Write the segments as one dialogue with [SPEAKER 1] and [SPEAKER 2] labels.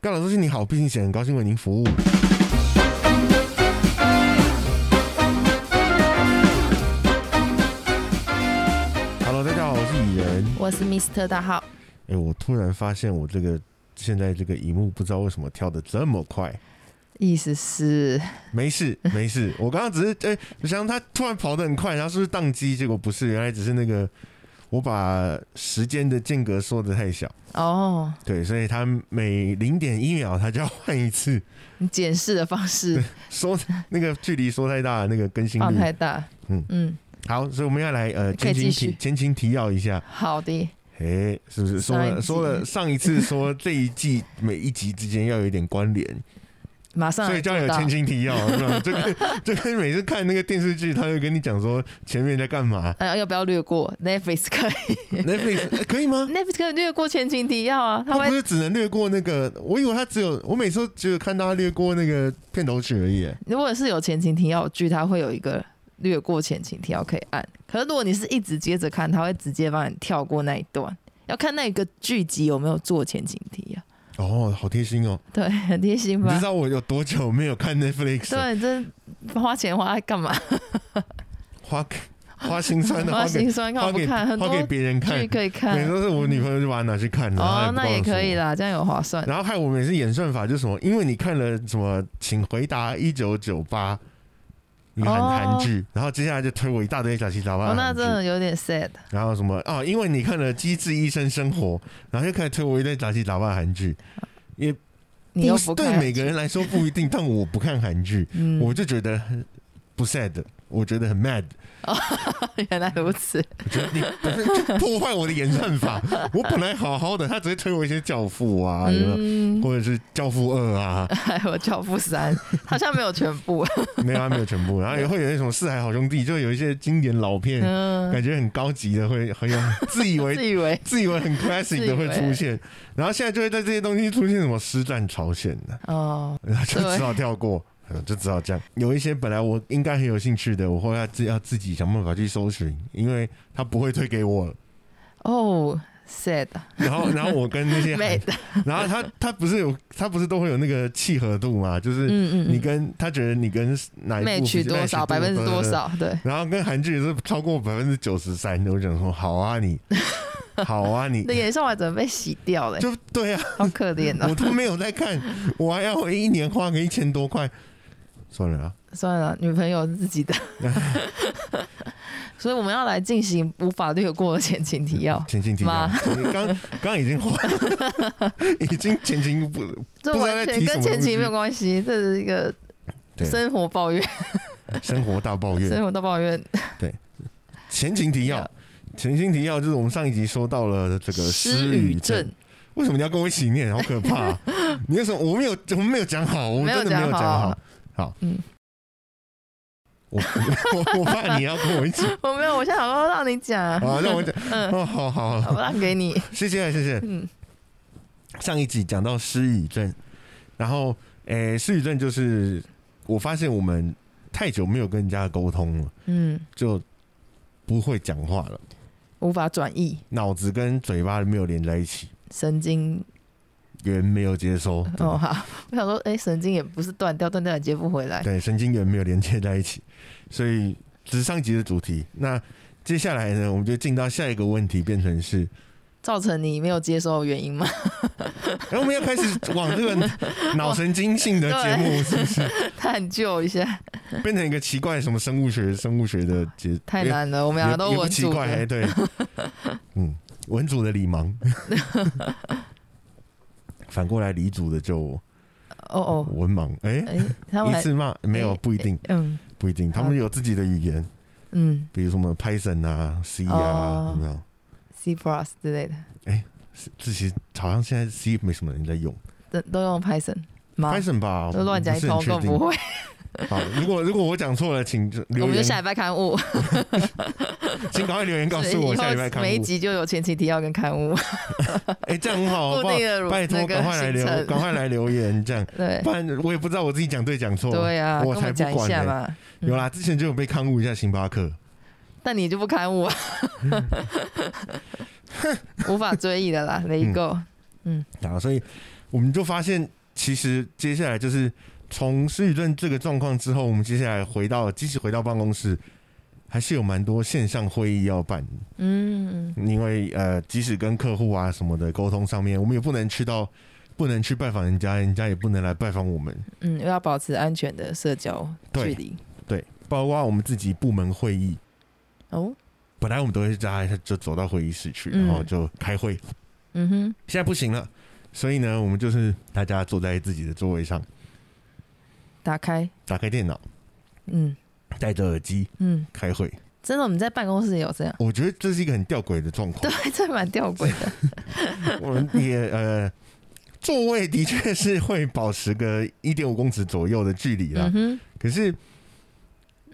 [SPEAKER 1] 高老师，您好，毕竟显很高兴为您服务。Hello，大家好，我是蚁人。
[SPEAKER 2] 我是 Mr 大号，
[SPEAKER 1] 哎、我突然发现我这个现在这个荧幕不知道为什么跳的这么快。
[SPEAKER 2] 意思是
[SPEAKER 1] 没事，没事，我刚刚只是哎，我想他突然跑得很快，然后是不是宕机？结果不是，原来只是那个我把时间的间隔缩的太小，
[SPEAKER 2] 哦，
[SPEAKER 1] 对，所以他每零点一秒他就要换一次，
[SPEAKER 2] 你检视的方式
[SPEAKER 1] 缩那个距离缩太大，那个更新
[SPEAKER 2] 放
[SPEAKER 1] 率
[SPEAKER 2] 太大，
[SPEAKER 1] 嗯
[SPEAKER 2] 嗯，
[SPEAKER 1] 好，所以我们要来呃
[SPEAKER 2] 可
[SPEAKER 1] 前情
[SPEAKER 2] 以继续
[SPEAKER 1] 提前情提要一下，
[SPEAKER 2] 好的，
[SPEAKER 1] 哎、是不是说
[SPEAKER 2] 上一
[SPEAKER 1] 了
[SPEAKER 2] 季
[SPEAKER 1] 说了上一次说这一季每一集之间要有一点关联，
[SPEAKER 2] 马 上
[SPEAKER 1] 所以叫有
[SPEAKER 2] 做到
[SPEAKER 1] 前情提要，是 吧？这个这跟每次看那个电视剧，他会跟你讲说前面在干 嘛
[SPEAKER 2] 呃，要不要略过 Netflix 可以
[SPEAKER 1] ，Netflix、呃可以吗？
[SPEAKER 2] Netflix 可以略过前情提要啊，他
[SPEAKER 1] 他不
[SPEAKER 2] 会
[SPEAKER 1] 是只能略过那个？我以为他只有我每次都只有看到他略过那个片头曲而已。哎
[SPEAKER 2] 如果是有前情提要剧，它会有一个略过前情提要可以按，可是如果你是一直接着看，它会直接帮你跳过那一段，要看那一个剧集有没有做前情提要，
[SPEAKER 1] 哦，好贴心哦！
[SPEAKER 2] 对，很贴心
[SPEAKER 1] 你
[SPEAKER 2] 吧
[SPEAKER 1] 知？道我有多久没有看 Netflix？了
[SPEAKER 2] 对，这花钱花来干嘛？
[SPEAKER 1] 花给花心酸的，花
[SPEAKER 2] 花
[SPEAKER 1] 给
[SPEAKER 2] 心酸看
[SPEAKER 1] 花
[SPEAKER 2] 我不
[SPEAKER 1] 给
[SPEAKER 2] 看，很
[SPEAKER 1] 花
[SPEAKER 2] 多
[SPEAKER 1] 给别人看
[SPEAKER 2] 剧，可以看
[SPEAKER 1] 每。次都是我女朋友就把它拿去看，然后她
[SPEAKER 2] 哦，那也
[SPEAKER 1] 不告诉我
[SPEAKER 2] 可以啦，这样有划算。
[SPEAKER 1] 然后害我每次演算法就是什么，因为你看了什么，请回答一九九八一个韩
[SPEAKER 2] 哦
[SPEAKER 1] 韩剧，然后接下来就推我一大堆杂七杂八
[SPEAKER 2] 哦，
[SPEAKER 1] 的
[SPEAKER 2] 那
[SPEAKER 1] 韩剧
[SPEAKER 2] 真，的有点 sad。
[SPEAKER 1] 然后什么啊，因为你看了《机智医生生活》，然后又开始推我一堆杂七杂八的韩剧。也
[SPEAKER 2] 你又
[SPEAKER 1] 不
[SPEAKER 2] 不
[SPEAKER 1] 是对
[SPEAKER 2] 看
[SPEAKER 1] 每个人来说不一定，但我不看韩 剧，
[SPEAKER 2] 嗯，
[SPEAKER 1] 我就觉得很不 sad，我觉得很 mad，
[SPEAKER 2] 原来如此。
[SPEAKER 1] 我觉得你不是就破坏我的演算 法。我本来好好的，他直接推我一些《教父》啊，有没有
[SPEAKER 2] 嗯， 哎
[SPEAKER 1] 或者是《教父二》啊，
[SPEAKER 2] 还有《教父 三》，好像没有全部。
[SPEAKER 1] 没有，他没有全部。然后也会有一种《四海好兄弟》，就有一些经典老片，
[SPEAKER 2] 嗯，
[SPEAKER 1] 感觉很高级的，会 很有自以
[SPEAKER 2] 自
[SPEAKER 1] 为
[SPEAKER 2] 以为
[SPEAKER 1] 自以为很 classic 的会出现。然后现在就会在这些东西出现什么师战朝鲜的，
[SPEAKER 2] 哦，
[SPEAKER 1] 然后就
[SPEAKER 2] 对
[SPEAKER 1] 只好跳过。嗯就只好这样。有一些本来我应该很有兴趣的，我会要自要自己想办法去搜寻，因为他不会推给我。
[SPEAKER 2] 哦，sad，
[SPEAKER 1] 然后，然后我跟那 些
[SPEAKER 2] 美
[SPEAKER 1] 韩，
[SPEAKER 2] 的。
[SPEAKER 1] 然后他他不是有他不是都会有那个契合度嘛？就是
[SPEAKER 2] 嗯
[SPEAKER 1] 你跟他觉得你跟哪一部
[SPEAKER 2] 美取多少，百分之多？少？对，
[SPEAKER 1] 然后跟韩剧是超过百分之九十三，我想说好啊你，好啊你
[SPEAKER 2] 你的，演算法怎么被洗掉了？
[SPEAKER 1] 就对 啊，
[SPEAKER 2] 好可怜
[SPEAKER 1] 我
[SPEAKER 2] 哦。
[SPEAKER 1] 都没有在看，我还要一年花个一千多块，算了啊，
[SPEAKER 2] 算了，女朋友是自己 的。 所以我们要来进行无法略过的前情提要。
[SPEAKER 1] 前进提纲
[SPEAKER 2] 妈，
[SPEAKER 1] 你刚刚已经花，已经前进不
[SPEAKER 2] 这
[SPEAKER 1] 不知道
[SPEAKER 2] 完
[SPEAKER 1] 在
[SPEAKER 2] 全
[SPEAKER 1] 提什
[SPEAKER 2] 跟
[SPEAKER 1] 么
[SPEAKER 2] 前
[SPEAKER 1] 东
[SPEAKER 2] 情
[SPEAKER 1] 西
[SPEAKER 2] 没有关系，这是一个
[SPEAKER 1] 对
[SPEAKER 2] 生活抱怨，
[SPEAKER 1] 生活大抱怨，
[SPEAKER 2] 生活大抱怨。
[SPEAKER 1] 前情提要
[SPEAKER 2] 要。
[SPEAKER 1] 前情提要就是我们上一集说到了 这个
[SPEAKER 2] 失
[SPEAKER 1] 失
[SPEAKER 2] 语
[SPEAKER 1] 语症
[SPEAKER 2] 症，
[SPEAKER 1] 为什么你要跟我一起念？好可怕、啊 你为什么我没有我们没有讲好，我们真的没有讲好。好，
[SPEAKER 2] 嗯
[SPEAKER 1] 我 我我怕你要跟我一 起
[SPEAKER 2] 我没有，我现在好好让你讲 啊
[SPEAKER 1] 啊，让我讲
[SPEAKER 2] 嗯，
[SPEAKER 1] 哦，好好
[SPEAKER 2] 好
[SPEAKER 1] 好，
[SPEAKER 2] 我让给 你，
[SPEAKER 1] 谢谢谢谢。
[SPEAKER 2] 嗯，
[SPEAKER 1] 上一集讲到失语症，然后诶，失语症就是我发现我们太久没有跟人家沟通了，
[SPEAKER 2] 嗯，
[SPEAKER 1] 就不会讲话了，
[SPEAKER 2] 无法转译，
[SPEAKER 1] 脑子跟嘴巴没有连在一起，
[SPEAKER 2] 神经
[SPEAKER 1] 缘没有接收。
[SPEAKER 2] 哦好， 我想说，哎、神经也不是断掉，断掉也接不回来，
[SPEAKER 1] 对，神经元没有连接在一起，所以只是上集的主题。那接下来呢，我们就进到下一个问题，变成是，
[SPEAKER 2] 造成你没有接收的原因吗？
[SPEAKER 1] 然哎后我们要开始往这个脑神经性的节 目，是不是
[SPEAKER 2] 探究一下，
[SPEAKER 1] 变成一个奇怪什么生物学、生物学的节？
[SPEAKER 2] 太
[SPEAKER 1] 也，
[SPEAKER 2] 难了，我们
[SPEAKER 1] 也
[SPEAKER 2] 两个都
[SPEAKER 1] 也不
[SPEAKER 2] 文
[SPEAKER 1] 奇
[SPEAKER 2] 组
[SPEAKER 1] 怪，哎
[SPEAKER 2] 的，
[SPEAKER 1] 对， 嗯，文组的李盲，反过来李组的就
[SPEAKER 2] 哦哦，
[SPEAKER 1] 文盲，哎、
[SPEAKER 2] 哎、他们
[SPEAKER 1] 一
[SPEAKER 2] 还，
[SPEAKER 1] 次骂没有，不一定，
[SPEAKER 2] 嗯
[SPEAKER 1] 不一定，他们有自己的语言，
[SPEAKER 2] 嗯
[SPEAKER 1] 比如什么 Python 啊、C 啊，
[SPEAKER 2] 哦
[SPEAKER 1] 有没有？
[SPEAKER 2] ，C plus 之类的，
[SPEAKER 1] 这些好像现在 C 没什么人在用
[SPEAKER 2] 都都用 Python 吗？
[SPEAKER 1] ，Python 吧，
[SPEAKER 2] 都乱讲一
[SPEAKER 1] 我
[SPEAKER 2] 通，
[SPEAKER 1] 哦不是很
[SPEAKER 2] 我根本
[SPEAKER 1] 确
[SPEAKER 2] 不
[SPEAKER 1] 定。
[SPEAKER 2] 会，
[SPEAKER 1] 好，如果如果我讲错了，请
[SPEAKER 2] 我
[SPEAKER 1] 留
[SPEAKER 2] 们就
[SPEAKER 1] 言，
[SPEAKER 2] 下礼拜刊物，
[SPEAKER 1] 请赶快留言 告诉 我
[SPEAKER 2] 以后
[SPEAKER 1] 下礼拜刊
[SPEAKER 2] 每一
[SPEAKER 1] 物。
[SPEAKER 2] 集就有前期提要跟刊物，
[SPEAKER 1] 哎，这样很好，好不
[SPEAKER 2] 固
[SPEAKER 1] 好
[SPEAKER 2] 定？的
[SPEAKER 1] 拜托，
[SPEAKER 2] 那个
[SPEAKER 1] 赶快来
[SPEAKER 2] 行
[SPEAKER 1] 留，
[SPEAKER 2] 程
[SPEAKER 1] 赶快来留言，这样，
[SPEAKER 2] 对
[SPEAKER 1] 不然我也不知道我自己讲对讲错。
[SPEAKER 2] 对啊，
[SPEAKER 1] 我
[SPEAKER 2] 跟
[SPEAKER 1] 才
[SPEAKER 2] 们
[SPEAKER 1] 不
[SPEAKER 2] 讲一
[SPEAKER 1] 管
[SPEAKER 2] 下
[SPEAKER 1] 嘞
[SPEAKER 2] 嘛。嗯
[SPEAKER 1] 有啦，之前就有被刊物一下星巴克，
[SPEAKER 2] 但你就不刊物啊，
[SPEAKER 1] 嗯
[SPEAKER 2] 无法追忆的啦，雷够。
[SPEAKER 1] 啊，所以我们就发现，其实接下来就是从失语症这个状况之后，我们接下来回到，即使回到办公室，还是有蛮多线上会议要办，
[SPEAKER 2] 嗯，
[SPEAKER 1] 因为呃，即使跟客户啊什么的沟通上面，我们也不能去到，不能去拜访人家，人家也不能来拜访我们。
[SPEAKER 2] 嗯，又要保持安全的社交距
[SPEAKER 1] 对
[SPEAKER 2] 离。
[SPEAKER 1] 对，包括我们自己部门会议，
[SPEAKER 2] 哦，
[SPEAKER 1] 本来我们都会大家就走到会议室去，
[SPEAKER 2] 嗯
[SPEAKER 1] 然后就开会。
[SPEAKER 2] 嗯哼，
[SPEAKER 1] 现在不行了，所以呢，我们就是大家坐在自己的座位上，
[SPEAKER 2] 打开，
[SPEAKER 1] 打开电脑，
[SPEAKER 2] 嗯
[SPEAKER 1] 戴着耳机
[SPEAKER 2] 嗯，
[SPEAKER 1] 开会。
[SPEAKER 2] 真的我们在办公室也有这样，
[SPEAKER 1] 我觉得这是一个很吊诡的状
[SPEAKER 2] 对
[SPEAKER 1] 况。，
[SPEAKER 2] 这蛮吊诡的。
[SPEAKER 1] 我们也呃，座位的确是会保持个一点五公尺左右的距离啦。
[SPEAKER 2] 嗯哼，
[SPEAKER 1] 可是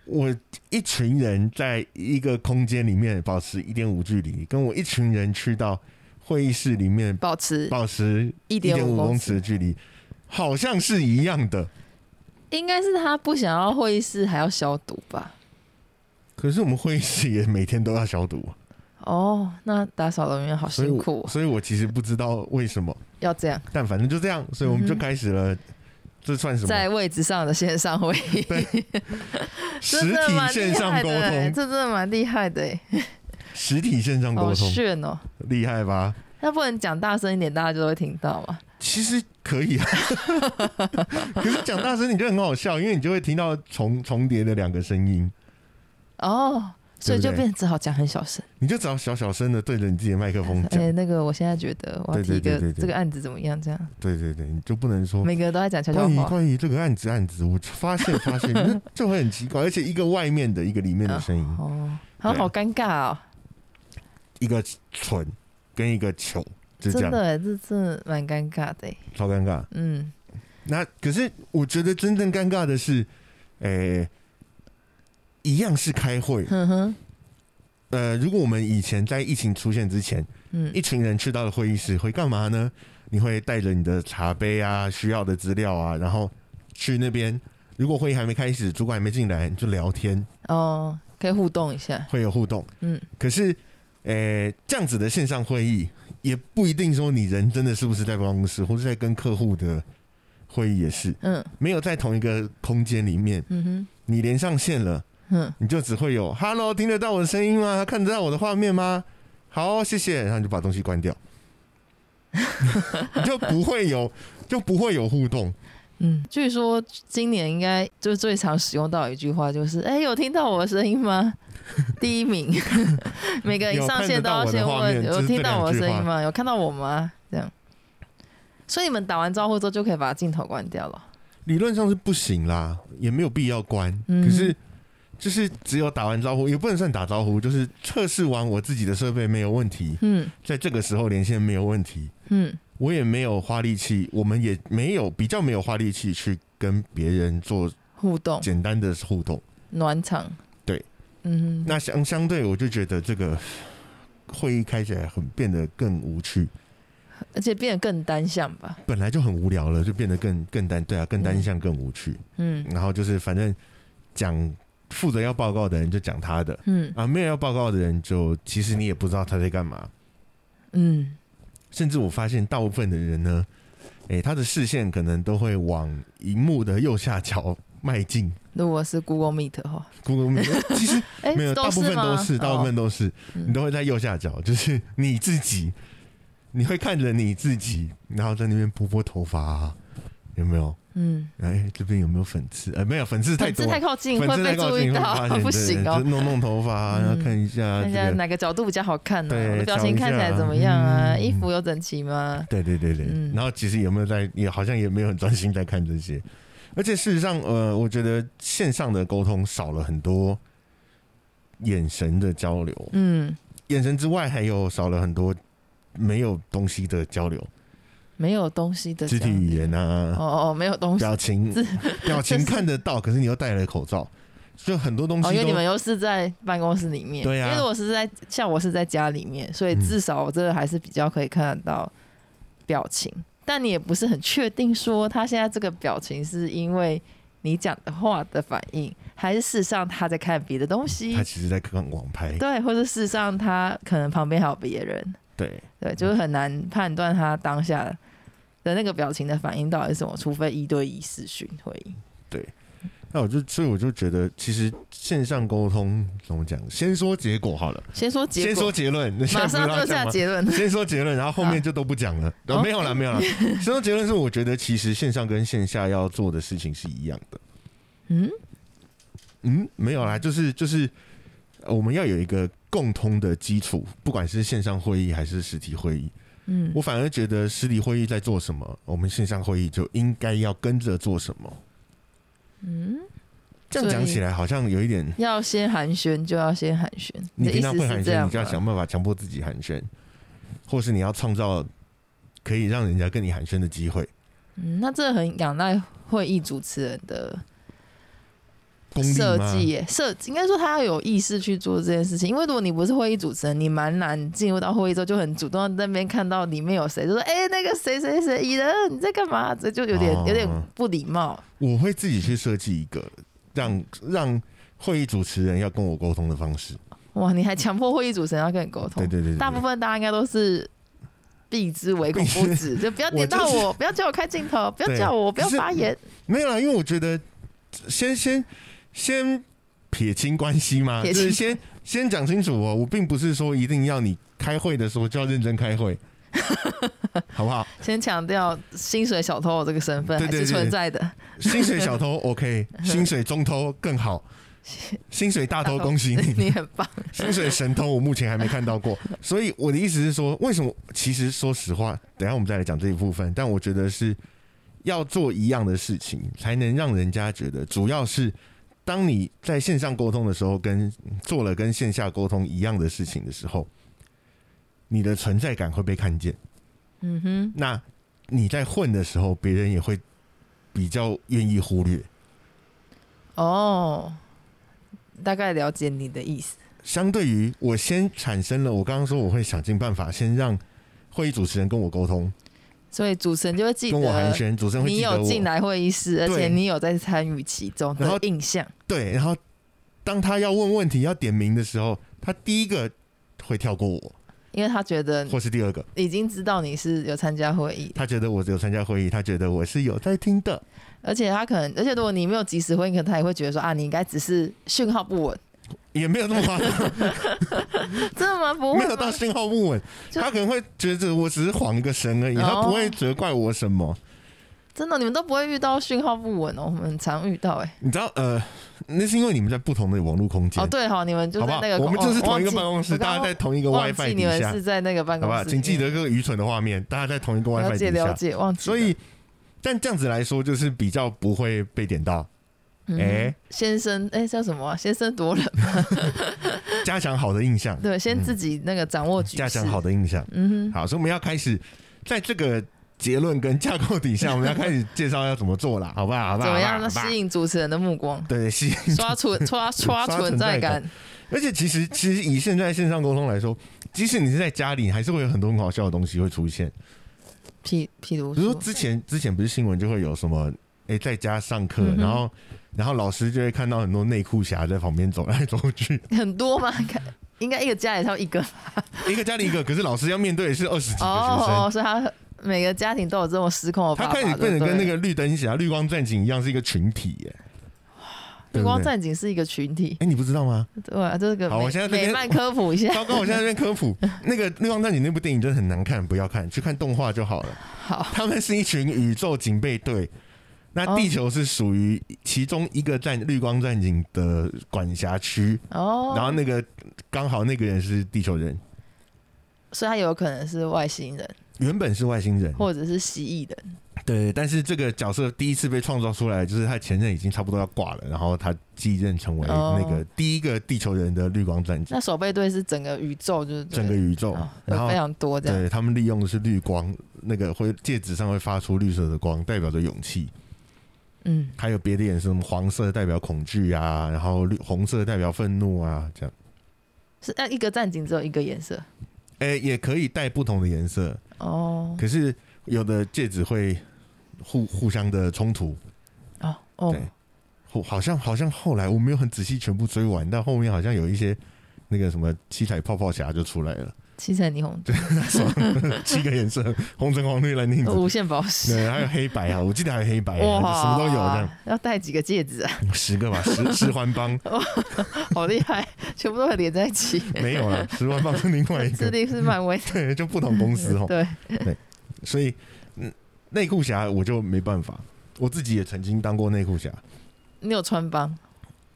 [SPEAKER 1] 我一群人在一个空间里面保持一点五距离，跟我一群人去到会议室里面
[SPEAKER 2] 保持
[SPEAKER 1] 保持
[SPEAKER 2] 一
[SPEAKER 1] 一
[SPEAKER 2] 点
[SPEAKER 1] 点
[SPEAKER 2] 五
[SPEAKER 1] 五公
[SPEAKER 2] 公
[SPEAKER 1] 尺的，距离，好像是一样的。
[SPEAKER 2] 应该是他不想要会议室还要消毒吧？
[SPEAKER 1] 可是我们会议室也每天都要消毒，
[SPEAKER 2] 哦，那打扫人员好
[SPEAKER 1] 所以
[SPEAKER 2] 辛
[SPEAKER 1] 我
[SPEAKER 2] 苦哦，
[SPEAKER 1] 所以我其实不知道为什么，
[SPEAKER 2] 要这样
[SPEAKER 1] 但反正就这样，所以我们就
[SPEAKER 2] 嗯哼
[SPEAKER 1] 开始了。这算什么？
[SPEAKER 2] 在位置上的线上会议，
[SPEAKER 1] 实
[SPEAKER 2] 真的
[SPEAKER 1] 体
[SPEAKER 2] 蛮厉
[SPEAKER 1] 线上
[SPEAKER 2] 害
[SPEAKER 1] 沟
[SPEAKER 2] 的欸，
[SPEAKER 1] 通
[SPEAKER 2] 这，真的蛮厉害的欸，
[SPEAKER 1] 实体线上
[SPEAKER 2] 好
[SPEAKER 1] 沟通，
[SPEAKER 2] 炫哦！
[SPEAKER 1] 厉害吧？
[SPEAKER 2] 那不能讲大声一点，大家就会听到嘛。
[SPEAKER 1] 其实可以啊， 可是讲大声你就很好笑，因为你就会听到重重叠的两个声音，
[SPEAKER 2] 哦，所以
[SPEAKER 1] 对
[SPEAKER 2] 就
[SPEAKER 1] 不对
[SPEAKER 2] 变只好讲很小声。
[SPEAKER 1] 你就只要小小声的对着你自己的麦克风嗯讲
[SPEAKER 2] 哎、，那个我现在觉得我
[SPEAKER 1] 对
[SPEAKER 2] 要提
[SPEAKER 1] 对
[SPEAKER 2] 一个
[SPEAKER 1] 对对对哦
[SPEAKER 2] 这个案子怎么样？这样
[SPEAKER 1] 对对对，你就不能说
[SPEAKER 2] 每个人都在讲悄悄
[SPEAKER 1] 关于
[SPEAKER 2] 话。
[SPEAKER 1] 关于这个案子案子，我发现发现那就会很奇 怪，而且一个外面的，一个里面的声音，
[SPEAKER 2] 哦，好
[SPEAKER 1] 对啊
[SPEAKER 2] 好尴尬哦，
[SPEAKER 1] 一个唇跟一个球，就这
[SPEAKER 2] 真
[SPEAKER 1] 样，
[SPEAKER 2] 的耶，这真的蛮尴尬的耶。欸
[SPEAKER 1] 超尴尬。
[SPEAKER 2] 嗯，
[SPEAKER 1] 那可是我觉得真正尴尬的是，诶、一样是开会。
[SPEAKER 2] 哼哼，
[SPEAKER 1] 呃，如果我们以前在疫情出现之前，一
[SPEAKER 2] 嗯，
[SPEAKER 1] 群人去到了会议室会干嘛呢？你会带着你的茶杯啊、需要的资料啊，然后去那边。如果会议还没开始，主管还没进来，你就聊天，
[SPEAKER 2] 哦，可以互动一下。
[SPEAKER 1] 会有互动。
[SPEAKER 2] 嗯，
[SPEAKER 1] 可是，呃，这样子的线上会议也不一定说你人真的是不是在办公室，或是在跟客户的会议也是
[SPEAKER 2] 嗯
[SPEAKER 1] 没有在同一个空间里面，
[SPEAKER 2] 嗯哼，
[SPEAKER 1] 你连上线了，
[SPEAKER 2] 嗯，
[SPEAKER 1] 你就只会有 “hello”，听得到我的声音吗？看得到我的画面吗？好，谢谢，然后你就把东西关 掉，你就不会有就不会有互动。
[SPEAKER 2] 嗯，据说今年应该就最常使用到一句话就是：“哎、有听到我的声音吗？” 第 一名，每个人一上线都要先问：“
[SPEAKER 1] 有
[SPEAKER 2] 有
[SPEAKER 1] 看
[SPEAKER 2] 听
[SPEAKER 1] 得
[SPEAKER 2] 到
[SPEAKER 1] 到
[SPEAKER 2] 我
[SPEAKER 1] 我的画面就是这两句
[SPEAKER 2] 的
[SPEAKER 1] 话
[SPEAKER 2] 声音吗？有看到我吗？”这样。所以你们打完招呼之后就可以把镜头关掉了。
[SPEAKER 1] 理论上是不行啦，也没有必要关。
[SPEAKER 2] 嗯
[SPEAKER 1] 可是就是只有打完招呼，也不能算打招呼，就是测试完我自己的设备没有问题，
[SPEAKER 2] 嗯
[SPEAKER 1] 在这个时候连线没有问题，
[SPEAKER 2] 嗯
[SPEAKER 1] 我也没有花力气，我们也没有比较没有花力气去跟别人做
[SPEAKER 2] 互动
[SPEAKER 1] 简单的互动。
[SPEAKER 2] 暖场。
[SPEAKER 1] 对，
[SPEAKER 2] 嗯哼，
[SPEAKER 1] 那相相对，我就觉得这个会议开起来很变得更无趣，
[SPEAKER 2] 而且变得更单向吧。
[SPEAKER 1] 本来就很无聊了，就变得更更单对啊，更单向更无趣。
[SPEAKER 2] 嗯
[SPEAKER 1] 然后就是反正讲负责要报告的人就讲他的
[SPEAKER 2] 嗯
[SPEAKER 1] 啊，没有要报告的人就其实你也不知道他在干嘛。
[SPEAKER 2] 嗯，
[SPEAKER 1] 甚至我发现大部分的人呢，诶、他的视线可能都会往荧幕的右下角 迈进。
[SPEAKER 2] 如果是 Google Meet 的话，
[SPEAKER 1] Google Meet 其实
[SPEAKER 2] 哎、
[SPEAKER 1] 没有，大
[SPEAKER 2] 都
[SPEAKER 1] 部
[SPEAKER 2] 是
[SPEAKER 1] 分
[SPEAKER 2] 吗？
[SPEAKER 1] 都是，大部分都是，
[SPEAKER 2] 嗯
[SPEAKER 1] 你都会在右下角，就是你自己，你会看着你自己，然后在那边拨拨头发、啊，有没有？
[SPEAKER 2] 哦嗯，
[SPEAKER 1] 哎，这边有没有粉刺？呃，没有，粉刺 太
[SPEAKER 2] 粉
[SPEAKER 1] 多
[SPEAKER 2] 丝
[SPEAKER 1] 了，
[SPEAKER 2] 太靠近
[SPEAKER 1] 粉
[SPEAKER 2] 会
[SPEAKER 1] 刺
[SPEAKER 2] 被
[SPEAKER 1] 太高
[SPEAKER 2] 注
[SPEAKER 1] 兴
[SPEAKER 2] 意
[SPEAKER 1] 会
[SPEAKER 2] 到
[SPEAKER 1] 发，现，
[SPEAKER 2] 不
[SPEAKER 1] 对
[SPEAKER 2] 行
[SPEAKER 1] 就
[SPEAKER 2] 哦
[SPEAKER 1] 是。弄弄头发啊，然后
[SPEAKER 2] 嗯
[SPEAKER 1] 看一下
[SPEAKER 2] 看
[SPEAKER 1] 这
[SPEAKER 2] 一下
[SPEAKER 1] 个，
[SPEAKER 2] 哪个角度比较好看呢、
[SPEAKER 1] 对
[SPEAKER 2] 我的表
[SPEAKER 1] 瞧
[SPEAKER 2] 情
[SPEAKER 1] 一
[SPEAKER 2] 看起来
[SPEAKER 1] 下
[SPEAKER 2] 怎么样啊？
[SPEAKER 1] 嗯
[SPEAKER 2] 衣服有整齐吗？
[SPEAKER 1] 对对对对，
[SPEAKER 2] 嗯
[SPEAKER 1] 然后其实有没有在，也好像也没有很专心在看这些，而且事实上，呃，我觉得线上的沟通少了很多眼神的交流，
[SPEAKER 2] 嗯，
[SPEAKER 1] 眼神之外还有少了很多没有东西的交流，
[SPEAKER 2] 没有东西的
[SPEAKER 1] 肢体
[SPEAKER 2] 这样
[SPEAKER 1] 语言啊，
[SPEAKER 2] 哦哦，没有东西。
[SPEAKER 1] 表情
[SPEAKER 2] 这，
[SPEAKER 1] 表
[SPEAKER 2] 这
[SPEAKER 1] 情
[SPEAKER 2] 是
[SPEAKER 1] 看得到，可是你又戴了口罩，就很多东
[SPEAKER 2] 哦，因
[SPEAKER 1] 西
[SPEAKER 2] 为
[SPEAKER 1] 都
[SPEAKER 2] 你们又是在办公室里面，
[SPEAKER 1] 对啊
[SPEAKER 2] 因为我是在像我是在家里面，所以
[SPEAKER 1] 嗯
[SPEAKER 2] 至少我这个还是比较可以看得到表情，但你也不是很确定说他现在这个表情是因为你讲的话的反应，还是事实上他在看别的东西
[SPEAKER 1] 他，其实在看网拍，
[SPEAKER 2] 对，或者事实上他可能旁边还有别人，
[SPEAKER 1] 对
[SPEAKER 2] 对，就是很难判断他当下的的那个表情的反应到底是什么，除非一对一视讯会议。
[SPEAKER 1] 那我就所以我就觉得，其实线上沟通怎么讲？先说结果好了，
[SPEAKER 2] 先说结
[SPEAKER 1] 先
[SPEAKER 2] 果
[SPEAKER 1] 说，结论，那现在
[SPEAKER 2] 马
[SPEAKER 1] 不是
[SPEAKER 2] 上
[SPEAKER 1] 要
[SPEAKER 2] 就
[SPEAKER 1] 讲
[SPEAKER 2] 下
[SPEAKER 1] 吗
[SPEAKER 2] 结 论。
[SPEAKER 1] 先说结论，然后后面就都不讲了。然后没有了，没有了。先说结论是，我觉得其实线上跟线下要做的事情是一样的。
[SPEAKER 2] 嗯，
[SPEAKER 1] 嗯，没有啦，就是就是，呃我们要有一个共通的基础，不管是线上会议还是实体会议。
[SPEAKER 2] 嗯
[SPEAKER 1] 我反而觉得实体会议在做什么，我们线上会议就应该要跟着做什么。
[SPEAKER 2] 嗯，
[SPEAKER 1] 这样讲起来好像有一点，
[SPEAKER 2] 要先寒暄就要先寒暄，
[SPEAKER 1] 你
[SPEAKER 2] 的
[SPEAKER 1] 平
[SPEAKER 2] 意
[SPEAKER 1] 常
[SPEAKER 2] 思
[SPEAKER 1] 会寒
[SPEAKER 2] 是这
[SPEAKER 1] 暄，
[SPEAKER 2] 样
[SPEAKER 1] 你就要
[SPEAKER 2] 吗？
[SPEAKER 1] 想办法强迫自己寒暄，或是你要创造可以让人家跟你寒暄的机会。
[SPEAKER 2] 嗯，那这很仰赖会议主持人的
[SPEAKER 1] 功力
[SPEAKER 2] 设
[SPEAKER 1] 吗
[SPEAKER 2] 计耶，设应该说他要有意识去做这件事情，因为如果你不是会议主持人，你蛮难进入到会议之后就很主动在那边看到里面有谁，就说哎、那个谁谁谁蚁人你在干嘛？这就有点、
[SPEAKER 1] 哦
[SPEAKER 2] 有点不礼貌。
[SPEAKER 1] 我会自己去设计一个让让会议主持人要跟我沟通的方式。
[SPEAKER 2] 哇，你还强迫会议主持人要跟你沟通，
[SPEAKER 1] 对对对对
[SPEAKER 2] 大部分大家应该都是。避之唯恐不及，就不要点到
[SPEAKER 1] 我
[SPEAKER 2] 我，
[SPEAKER 1] 就是
[SPEAKER 2] 不要叫我开镜头，不要
[SPEAKER 1] 对
[SPEAKER 2] 叫我，不要
[SPEAKER 1] 可是
[SPEAKER 2] 发言。
[SPEAKER 1] 没有啦，因为我觉得先先先撇清关系嘛，就
[SPEAKER 2] 撇
[SPEAKER 1] 是
[SPEAKER 2] 清
[SPEAKER 1] 先先讲清楚哦，我并不是说一定要你开会的时候就要认真开 会，好不好？
[SPEAKER 2] 先强调薪水小偷这个身份
[SPEAKER 1] 对
[SPEAKER 2] 还
[SPEAKER 1] 对
[SPEAKER 2] 是
[SPEAKER 1] 对
[SPEAKER 2] 存在的，
[SPEAKER 1] 薪水小 偷 OK，薪水中偷更好，薪水大偷恭喜你。
[SPEAKER 2] 你很棒。
[SPEAKER 1] 薪水神偷，我目前还没看到过。所以我的意思是说，为什么？其实说实话，等一下我们再来讲这一部分。但我觉得是要做一样的事情，才能让人家觉得，主要是当你在线上沟通的时候，跟做了跟线下沟通一样的事情的时候，你的存在感会被看见。
[SPEAKER 2] 嗯哼，
[SPEAKER 1] 那你在混的时候，别人也会比较愿意忽略。
[SPEAKER 2] 哦，大概了解你的意思。
[SPEAKER 1] 相对于我先产生了，我刚刚说我会想尽办法先让会议主持人跟我沟通，
[SPEAKER 2] 所以主持人就会记
[SPEAKER 1] 跟我寒
[SPEAKER 2] 得
[SPEAKER 1] 暄，主持人会
[SPEAKER 2] 你
[SPEAKER 1] 记得
[SPEAKER 2] 有进
[SPEAKER 1] 我。
[SPEAKER 2] 来会议室，而
[SPEAKER 1] 对
[SPEAKER 2] 且你有在参与其中
[SPEAKER 1] 然后
[SPEAKER 2] 的印象。
[SPEAKER 1] 对，然后当他要问问题、要点名的时候，他第一个会跳过我，
[SPEAKER 2] 因为他觉得
[SPEAKER 1] 或是第二个，
[SPEAKER 2] 已经知道你是有参加会议，
[SPEAKER 1] 他觉得我有参加会议，他觉得我是有在听的，
[SPEAKER 2] 而且他可能，而且如果你没有及时回应，可能他也会觉得说啊，你应该只是讯号不稳，
[SPEAKER 1] 也没有那么夸张，
[SPEAKER 2] 真的吗？不
[SPEAKER 1] 没
[SPEAKER 2] 会
[SPEAKER 1] 有到
[SPEAKER 2] 吗？
[SPEAKER 1] 信号不稳，
[SPEAKER 2] 就
[SPEAKER 1] 他可能会觉得我只是晃一个神而已，他不会责怪我什么。
[SPEAKER 2] 真的，你们都不会遇到讯号不稳哦，我们很常遇到哎、
[SPEAKER 1] 你知道，呃，那是因为你们在不同的网络空间
[SPEAKER 2] 哦，，对哈，你们就
[SPEAKER 1] 好不
[SPEAKER 2] 在
[SPEAKER 1] 好
[SPEAKER 2] 那个？
[SPEAKER 1] 我
[SPEAKER 2] 空，
[SPEAKER 1] 们就是
[SPEAKER 2] 哦
[SPEAKER 1] 同一个
[SPEAKER 2] 忘记
[SPEAKER 1] 办公室，
[SPEAKER 2] 我刚
[SPEAKER 1] 大
[SPEAKER 2] 刚
[SPEAKER 1] 家在同一个
[SPEAKER 2] 忘
[SPEAKER 1] WiFi 底
[SPEAKER 2] 记你们
[SPEAKER 1] 下
[SPEAKER 2] 是。在那个办
[SPEAKER 1] 好
[SPEAKER 2] 公
[SPEAKER 1] 吧，
[SPEAKER 2] 室里面，
[SPEAKER 1] 请记得这个愚蠢的画面，大家在同一个
[SPEAKER 2] 了
[SPEAKER 1] WiFi
[SPEAKER 2] 解
[SPEAKER 1] 底
[SPEAKER 2] 了
[SPEAKER 1] 下，
[SPEAKER 2] 解，忘记了。
[SPEAKER 1] 所以但这样子来说，就是比较不会被点到。
[SPEAKER 2] 嗯
[SPEAKER 1] 哎
[SPEAKER 2] 先生，哎、叫什么啊、先生多人，
[SPEAKER 1] 加强好的印象，
[SPEAKER 2] 对，先自己那个掌握局势。
[SPEAKER 1] 加强嗯好的印象。
[SPEAKER 2] 嗯哼，
[SPEAKER 1] 好，所以我们要开始在这个结论跟架构底 下，我们要开始介绍要怎么做了，好不好？好不
[SPEAKER 2] 怎
[SPEAKER 1] 好？
[SPEAKER 2] 么样？
[SPEAKER 1] 好不
[SPEAKER 2] 那
[SPEAKER 1] 好
[SPEAKER 2] 吸引主持人的目光，
[SPEAKER 1] 对吸引。
[SPEAKER 2] 刷存刷
[SPEAKER 1] 刷
[SPEAKER 2] 刷存
[SPEAKER 1] 存在
[SPEAKER 2] 在
[SPEAKER 1] 感
[SPEAKER 2] 感。
[SPEAKER 1] 而且其实其实以现在线上沟通来说，即使你是在家里，还是会有很多很好笑的东西会出现。
[SPEAKER 2] 譬譬如
[SPEAKER 1] 比如
[SPEAKER 2] 说
[SPEAKER 1] 说，之前之前不是新闻就会有什么，哎、在家上课，
[SPEAKER 2] 嗯哼
[SPEAKER 1] 然后然后老师就会看到很多内裤侠在旁边走 来走去，
[SPEAKER 2] 很多嘛，看 应该一个家里才有一个
[SPEAKER 1] 一个家里一 个，可是老师要面对的是二十几个学生。
[SPEAKER 2] 哦，所以他每个家庭都有这种失控的爸
[SPEAKER 1] 他
[SPEAKER 2] 爸。
[SPEAKER 1] 开始变
[SPEAKER 2] 对
[SPEAKER 1] 得
[SPEAKER 2] 不
[SPEAKER 1] 跟那
[SPEAKER 2] 对
[SPEAKER 1] 个绿灯侠、绿光战警一样，是一个群体耶。对
[SPEAKER 2] 绿
[SPEAKER 1] 不
[SPEAKER 2] 光
[SPEAKER 1] 对，
[SPEAKER 2] 战警是一个群体，
[SPEAKER 1] 哎，你不知道吗？
[SPEAKER 2] 对啊，这个
[SPEAKER 1] 好我
[SPEAKER 2] 美
[SPEAKER 1] 现在这边
[SPEAKER 2] 美漫科普 一下。
[SPEAKER 1] 糟糕，我现在在那边科 普那个绿光战警那部电影真的很难看，不要看，去看动画就好了。
[SPEAKER 2] 好，
[SPEAKER 1] 他们是一群宇宙警备队，那
[SPEAKER 2] 哦
[SPEAKER 1] 地球是属于其中一个战绿光战警的管辖区，然
[SPEAKER 2] 哦，
[SPEAKER 1] 后那个刚好那个人是地球人，
[SPEAKER 2] 所以他有可能是外星人，
[SPEAKER 1] 原本是外星人，
[SPEAKER 2] 或者是蜥蜴人。
[SPEAKER 1] 对，但是这个角色第一次被创造出来，就是他前任已经差不多要挂了，然后他继任成为那个
[SPEAKER 2] 哦
[SPEAKER 1] 第一个地球人的绿光战警，
[SPEAKER 2] 那守备队是整个宇宙，就是对
[SPEAKER 1] 整个宇宙
[SPEAKER 2] 哦，
[SPEAKER 1] 然后
[SPEAKER 2] 非常多这样。
[SPEAKER 1] 对他们利用的是绿光，那个会戒指上会发出绿色的光，代表着勇气。
[SPEAKER 2] 嗯，
[SPEAKER 1] 还有别的颜色，什么黄色代表恐惧啊，然后绿红色代表愤怒啊，这样。
[SPEAKER 2] 是那一个战警只有一个颜色
[SPEAKER 1] 哎、也可以带不同的颜色，
[SPEAKER 2] 哦
[SPEAKER 1] 可是有的戒指会互互相的冲突。
[SPEAKER 2] 哦哦
[SPEAKER 1] 对后好像好像后来我没有很仔细全部追完，但后面好像有一些那个什么七彩泡泡侠就出来了。
[SPEAKER 2] 七彩霓虹，
[SPEAKER 1] 七个颜色，红橙黄绿蓝靛紫，
[SPEAKER 2] 无限宝石，
[SPEAKER 1] 对，还有黑白啊，我记得还有黑白、啊，
[SPEAKER 2] 哦哇，
[SPEAKER 1] 什么都有这样，
[SPEAKER 2] 要戴几个戒指啊？
[SPEAKER 1] 十个吧，十十环帮
[SPEAKER 2] 好厉害，全部都会连在一 起。
[SPEAKER 1] 没有 了，十环帮是另外一
[SPEAKER 2] 智
[SPEAKER 1] 个，
[SPEAKER 2] 力是漫威 的，
[SPEAKER 1] 对，就不同公司哦。
[SPEAKER 2] 对，
[SPEAKER 1] 所以，嗯，内裤侠我就没办法，我自己也曾经当过内裤侠，
[SPEAKER 2] 你有穿帮，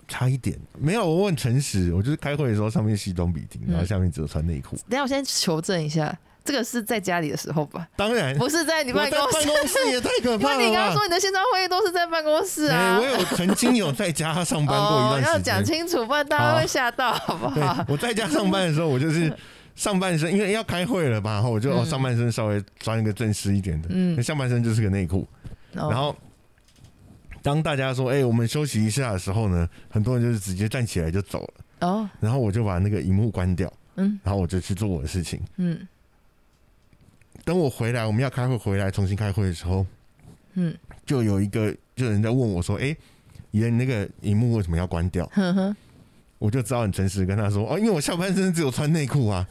[SPEAKER 1] 差一点没有。我很诚实，我就是开会的时候上面西装笔挺，
[SPEAKER 2] 嗯
[SPEAKER 1] 然后下面只有穿内裤。
[SPEAKER 2] 等一下我先求证一下，这个是在家里的时候吧？
[SPEAKER 1] 当然，
[SPEAKER 2] 不是在你
[SPEAKER 1] 我在
[SPEAKER 2] 办公
[SPEAKER 1] 办
[SPEAKER 2] 室？
[SPEAKER 1] 公室也太可
[SPEAKER 2] 因
[SPEAKER 1] 怕
[SPEAKER 2] 为你刚刚
[SPEAKER 1] 了吧！
[SPEAKER 2] 说你的线上会议都是在办公室啊
[SPEAKER 1] 哎，我。有曾经有在家上班过一
[SPEAKER 2] 哦，
[SPEAKER 1] 段时间。
[SPEAKER 2] 要讲清楚，不然大家
[SPEAKER 1] 好
[SPEAKER 2] 会吓到，好不
[SPEAKER 1] 对
[SPEAKER 2] 好？，
[SPEAKER 1] 我在家上班的时候，我就是上半身，因为要开会了嘛，然后我就、哦
[SPEAKER 2] 嗯
[SPEAKER 1] 上半身稍微穿一个正式一点的，
[SPEAKER 2] 嗯哦
[SPEAKER 1] 那下半身就是个内裤。然
[SPEAKER 2] 然
[SPEAKER 1] 后当大家说“哎、我们休息一下”的时候呢，很多人就是直接站起来就走了，
[SPEAKER 2] 哦，
[SPEAKER 1] 然后我就把那个荧幕关掉，
[SPEAKER 2] 嗯
[SPEAKER 1] 然后我就去做我的事情。
[SPEAKER 2] 嗯
[SPEAKER 1] 等我回来，我们要开会回来重新开会的时候，
[SPEAKER 2] 嗯，
[SPEAKER 1] 就有一个就有人在问我说：“哎、爷，你那个荧幕为什么要关掉？”
[SPEAKER 2] 哼哼，
[SPEAKER 1] 我就只好很诚实地跟他说：“哦，因为我下半身只有穿内裤啊，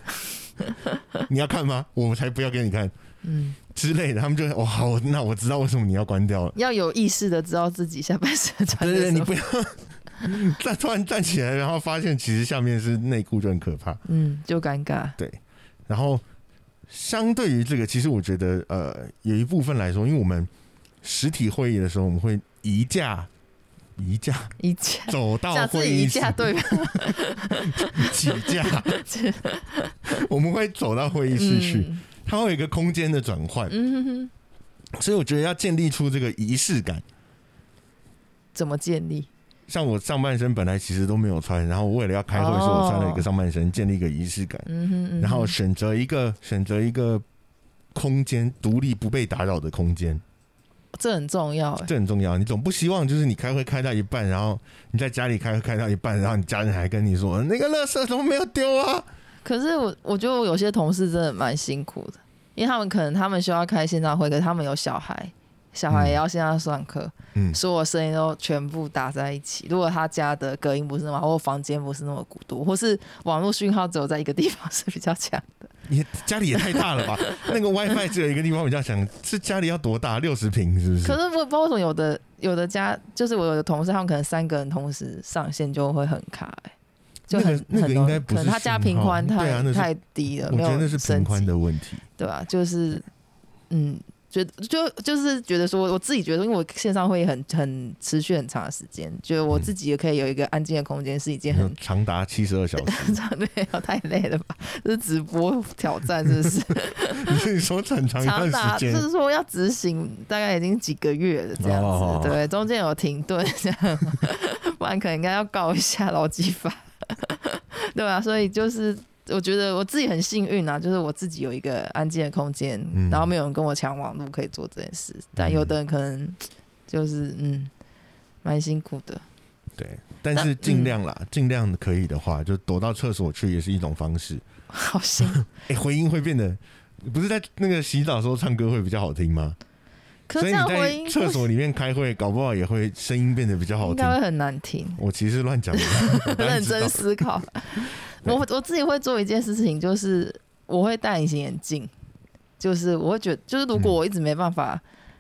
[SPEAKER 1] 你要看吗？我才不要给你看
[SPEAKER 2] 嗯，
[SPEAKER 1] 之类的。”他们就哦好，那我知道为什么你要关掉了。
[SPEAKER 2] 要有意识的知道自己下半身穿
[SPEAKER 1] 对对对，
[SPEAKER 2] 的什
[SPEAKER 1] 你
[SPEAKER 2] 么。
[SPEAKER 1] 不要 站突然站起来，然后发现其实下面是内裤，就很可怕。
[SPEAKER 2] 嗯，就尴尬。
[SPEAKER 1] 然后相对于这个，其实我觉得呃，有一部分来说，因为我们实体会议的时候，我们会移架。移架
[SPEAKER 2] 一架，
[SPEAKER 1] 走到
[SPEAKER 2] 讲是
[SPEAKER 1] 会
[SPEAKER 2] 一
[SPEAKER 1] 议室
[SPEAKER 2] 架，对吧？
[SPEAKER 1] 起 架，我们会走到会议室去，
[SPEAKER 2] 嗯
[SPEAKER 1] 它会有一个空间的转换，
[SPEAKER 2] 嗯哼哼，
[SPEAKER 1] 所以我觉得要建立出这个仪式感。
[SPEAKER 2] 怎么建立？
[SPEAKER 1] 像我上半身本来其实都没有穿，然后我为了要开会，所以我穿了一个上半身，建立一个仪式感，
[SPEAKER 2] 嗯哼嗯哼，
[SPEAKER 1] 然后选择一个选择一个空间，独立不被打扰的空间，
[SPEAKER 2] 这很重要欸。
[SPEAKER 1] 这很重要。你总不希望就是你开会开到一半，然后你在家里开会开到一半，然后你家人还跟你说那个垃圾怎么没有丢啊？
[SPEAKER 2] 可是我我觉得我有些同事真的蛮辛苦的，因为他们可能他们需要开线上会，可是他们有小孩，小孩也要线上上课，
[SPEAKER 1] 嗯
[SPEAKER 2] 所有声音都全部打在一起。如果他家的隔音不是那么好，或房间不是那么鼓多，或是网络讯号只有在一个地方是比较强的，
[SPEAKER 1] 嗯也家里也太大 了吧？那个 WiFi 只有一个地方比较强，是家里要多大？六十平是不是？
[SPEAKER 2] 可是我不知道为什么有的有的家就是我有的同事，他们可能三个人同时上线就会很卡、欸。就很
[SPEAKER 1] 那个那个
[SPEAKER 2] 很容易
[SPEAKER 1] 应该不是
[SPEAKER 2] 可能他家
[SPEAKER 1] 讯
[SPEAKER 2] 频
[SPEAKER 1] 号
[SPEAKER 2] 宽太、
[SPEAKER 1] 对啊那是
[SPEAKER 2] 太低了，
[SPEAKER 1] 我
[SPEAKER 2] 没
[SPEAKER 1] 觉
[SPEAKER 2] 有
[SPEAKER 1] 得那是
[SPEAKER 2] 升
[SPEAKER 1] 频宽
[SPEAKER 2] 级
[SPEAKER 1] 的问题。
[SPEAKER 2] 对吧、就是，嗯，觉得就就是觉得说，我自己觉得，因为我线上会议很很持续很长的时间，觉得我
[SPEAKER 1] 嗯
[SPEAKER 2] 自己也可以有一个安静的空间，是一件很
[SPEAKER 1] 长达七十二小时。
[SPEAKER 2] 没有太累了吧？这是直播挑战，是不是？
[SPEAKER 1] 你是说很长一
[SPEAKER 2] 长
[SPEAKER 1] 段
[SPEAKER 2] 达
[SPEAKER 1] 时
[SPEAKER 2] 就
[SPEAKER 1] 间？
[SPEAKER 2] 是说要执行，大概已经几个月了这样子，
[SPEAKER 1] 哦
[SPEAKER 2] 对，中间有停顿这样，不然可能应该要告一下劳基法， 对啊，所以就是。我觉得我自己很幸运啊，就是我自己有一个安静的空间，
[SPEAKER 1] 嗯
[SPEAKER 2] 然后没有人跟我抢网络可以做这件事。但有的人可能就是嗯，蛮辛苦的。
[SPEAKER 1] 对，但是尽量啦，尽量可以的话，就躲到厕所去也是一种方式。
[SPEAKER 2] 好辛 苦。
[SPEAKER 1] 哎，回音会变得。不是在那个洗澡的时候唱歌会比较好听吗？
[SPEAKER 2] 可
[SPEAKER 1] 所
[SPEAKER 2] 是
[SPEAKER 1] 以
[SPEAKER 2] 这样
[SPEAKER 1] 你
[SPEAKER 2] 回
[SPEAKER 1] 在
[SPEAKER 2] 音不
[SPEAKER 1] 厕所里面开会，搞不好也会声音变得比较好
[SPEAKER 2] 应
[SPEAKER 1] 听
[SPEAKER 2] 该。会很难听。
[SPEAKER 1] 我其实乱讲的，我当然
[SPEAKER 2] 认
[SPEAKER 1] 知道
[SPEAKER 2] 真思考。
[SPEAKER 1] 对
[SPEAKER 2] 我我自己会做一件事情，就是我会戴隐形眼镜，就是我会觉就是如果
[SPEAKER 1] 嗯
[SPEAKER 2] 我一直没办法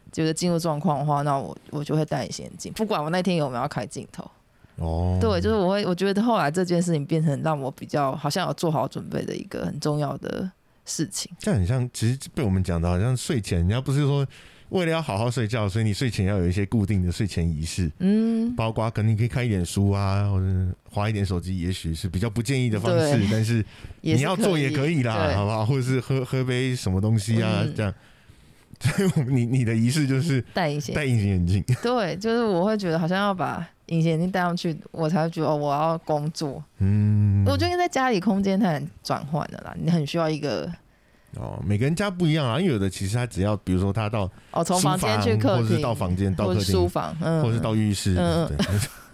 [SPEAKER 2] 觉得进入状况的话，那我我就会戴隐形眼镜，不管我那天有没有要开镜头。
[SPEAKER 1] 哦。
[SPEAKER 2] 对，就是我会我觉得后来这件事情变成让我比较好像有做好准备的一个很重要的事情。
[SPEAKER 1] 这样很像，其实被我们讲的好像睡前，人家不是说为了要好好睡觉，所以你睡前要有一些固定的睡前仪式。
[SPEAKER 2] 嗯，
[SPEAKER 1] 包括可能你可以看一点书啊，或者划一点手机，也许是比较不建议的方式
[SPEAKER 2] 对，
[SPEAKER 1] 但是
[SPEAKER 2] 也
[SPEAKER 1] 你
[SPEAKER 2] 是
[SPEAKER 1] 要做也可以啦，
[SPEAKER 2] 对
[SPEAKER 1] 好不好？或者是喝喝杯什么东西啊，
[SPEAKER 2] 嗯
[SPEAKER 1] 这样。 所以我们你你的仪式就是
[SPEAKER 2] 戴隐形眼
[SPEAKER 1] 戴隐形眼镜，
[SPEAKER 2] 镜，对，就是我会觉得好像要把隐形眼镜戴上去，我才会觉得哦，我要工作，
[SPEAKER 1] 嗯，
[SPEAKER 2] 我觉得在家里空间太难转换了啦，你很需要一个
[SPEAKER 1] 哦，每个人家不一样啊，因为有的其实他只要，比如说他到
[SPEAKER 2] 哦，从
[SPEAKER 1] 书
[SPEAKER 2] 房间去客
[SPEAKER 1] 或者
[SPEAKER 2] 厅，
[SPEAKER 1] 是到房间到
[SPEAKER 2] 或
[SPEAKER 1] 客
[SPEAKER 2] 者
[SPEAKER 1] 厅
[SPEAKER 2] 书，房，嗯，
[SPEAKER 1] 或者是到浴室，
[SPEAKER 2] 嗯
[SPEAKER 1] 对，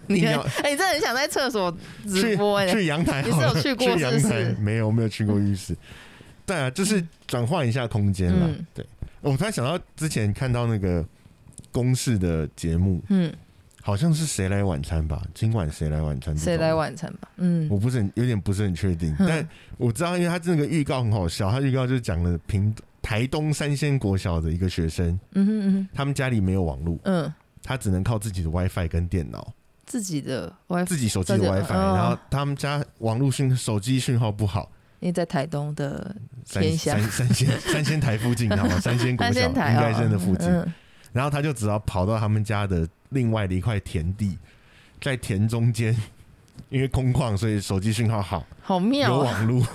[SPEAKER 2] 你
[SPEAKER 1] 硬
[SPEAKER 2] 看，
[SPEAKER 1] 要
[SPEAKER 2] 哎、你真的很想在厕所直
[SPEAKER 1] 去
[SPEAKER 2] 播哎、
[SPEAKER 1] 去阳台
[SPEAKER 2] 你是
[SPEAKER 1] 好了，
[SPEAKER 2] 有去过
[SPEAKER 1] 阳
[SPEAKER 2] 是不
[SPEAKER 1] 台
[SPEAKER 2] 是
[SPEAKER 1] 没有没有去过浴室，对啊，就是转换一下空间啦。哦
[SPEAKER 2] 嗯
[SPEAKER 1] 对，我突然想到之前看到那个公式的节目，
[SPEAKER 2] 嗯，
[SPEAKER 1] 好像是谁来晚餐吧？今晚谁来晚餐？
[SPEAKER 2] 谁来？晚餐吧？嗯
[SPEAKER 1] 嗯我不是很有点不是很确定，
[SPEAKER 2] 嗯
[SPEAKER 1] 但我知道，因为他这个预告很好笑，他预告就是讲了平台东三仙国小的一个学生，
[SPEAKER 2] 嗯哼嗯
[SPEAKER 1] 他们家里没有网络，
[SPEAKER 2] 哼嗯，
[SPEAKER 1] 他只能靠自己的 WiFi 跟电脑，
[SPEAKER 2] 自己的 WiFi，
[SPEAKER 1] 自己手机的
[SPEAKER 2] 自己的
[SPEAKER 1] WiFi，、
[SPEAKER 2] 哦
[SPEAKER 1] 然后他们家网络讯手机讯号不好，
[SPEAKER 2] 因为在台东的
[SPEAKER 1] 三
[SPEAKER 2] 天下
[SPEAKER 1] 三三 仙三仙台附近，好吗？三仙国
[SPEAKER 2] 三
[SPEAKER 1] 小
[SPEAKER 2] 仙
[SPEAKER 1] 应
[SPEAKER 2] 台
[SPEAKER 1] 该是那附近，
[SPEAKER 2] 嗯
[SPEAKER 1] 然后他就只好跑到他们家的另外的一块田地，在田中间，因为空旷，所以手机讯号好，
[SPEAKER 2] 好
[SPEAKER 1] 有
[SPEAKER 2] 妙啊，
[SPEAKER 1] 网络，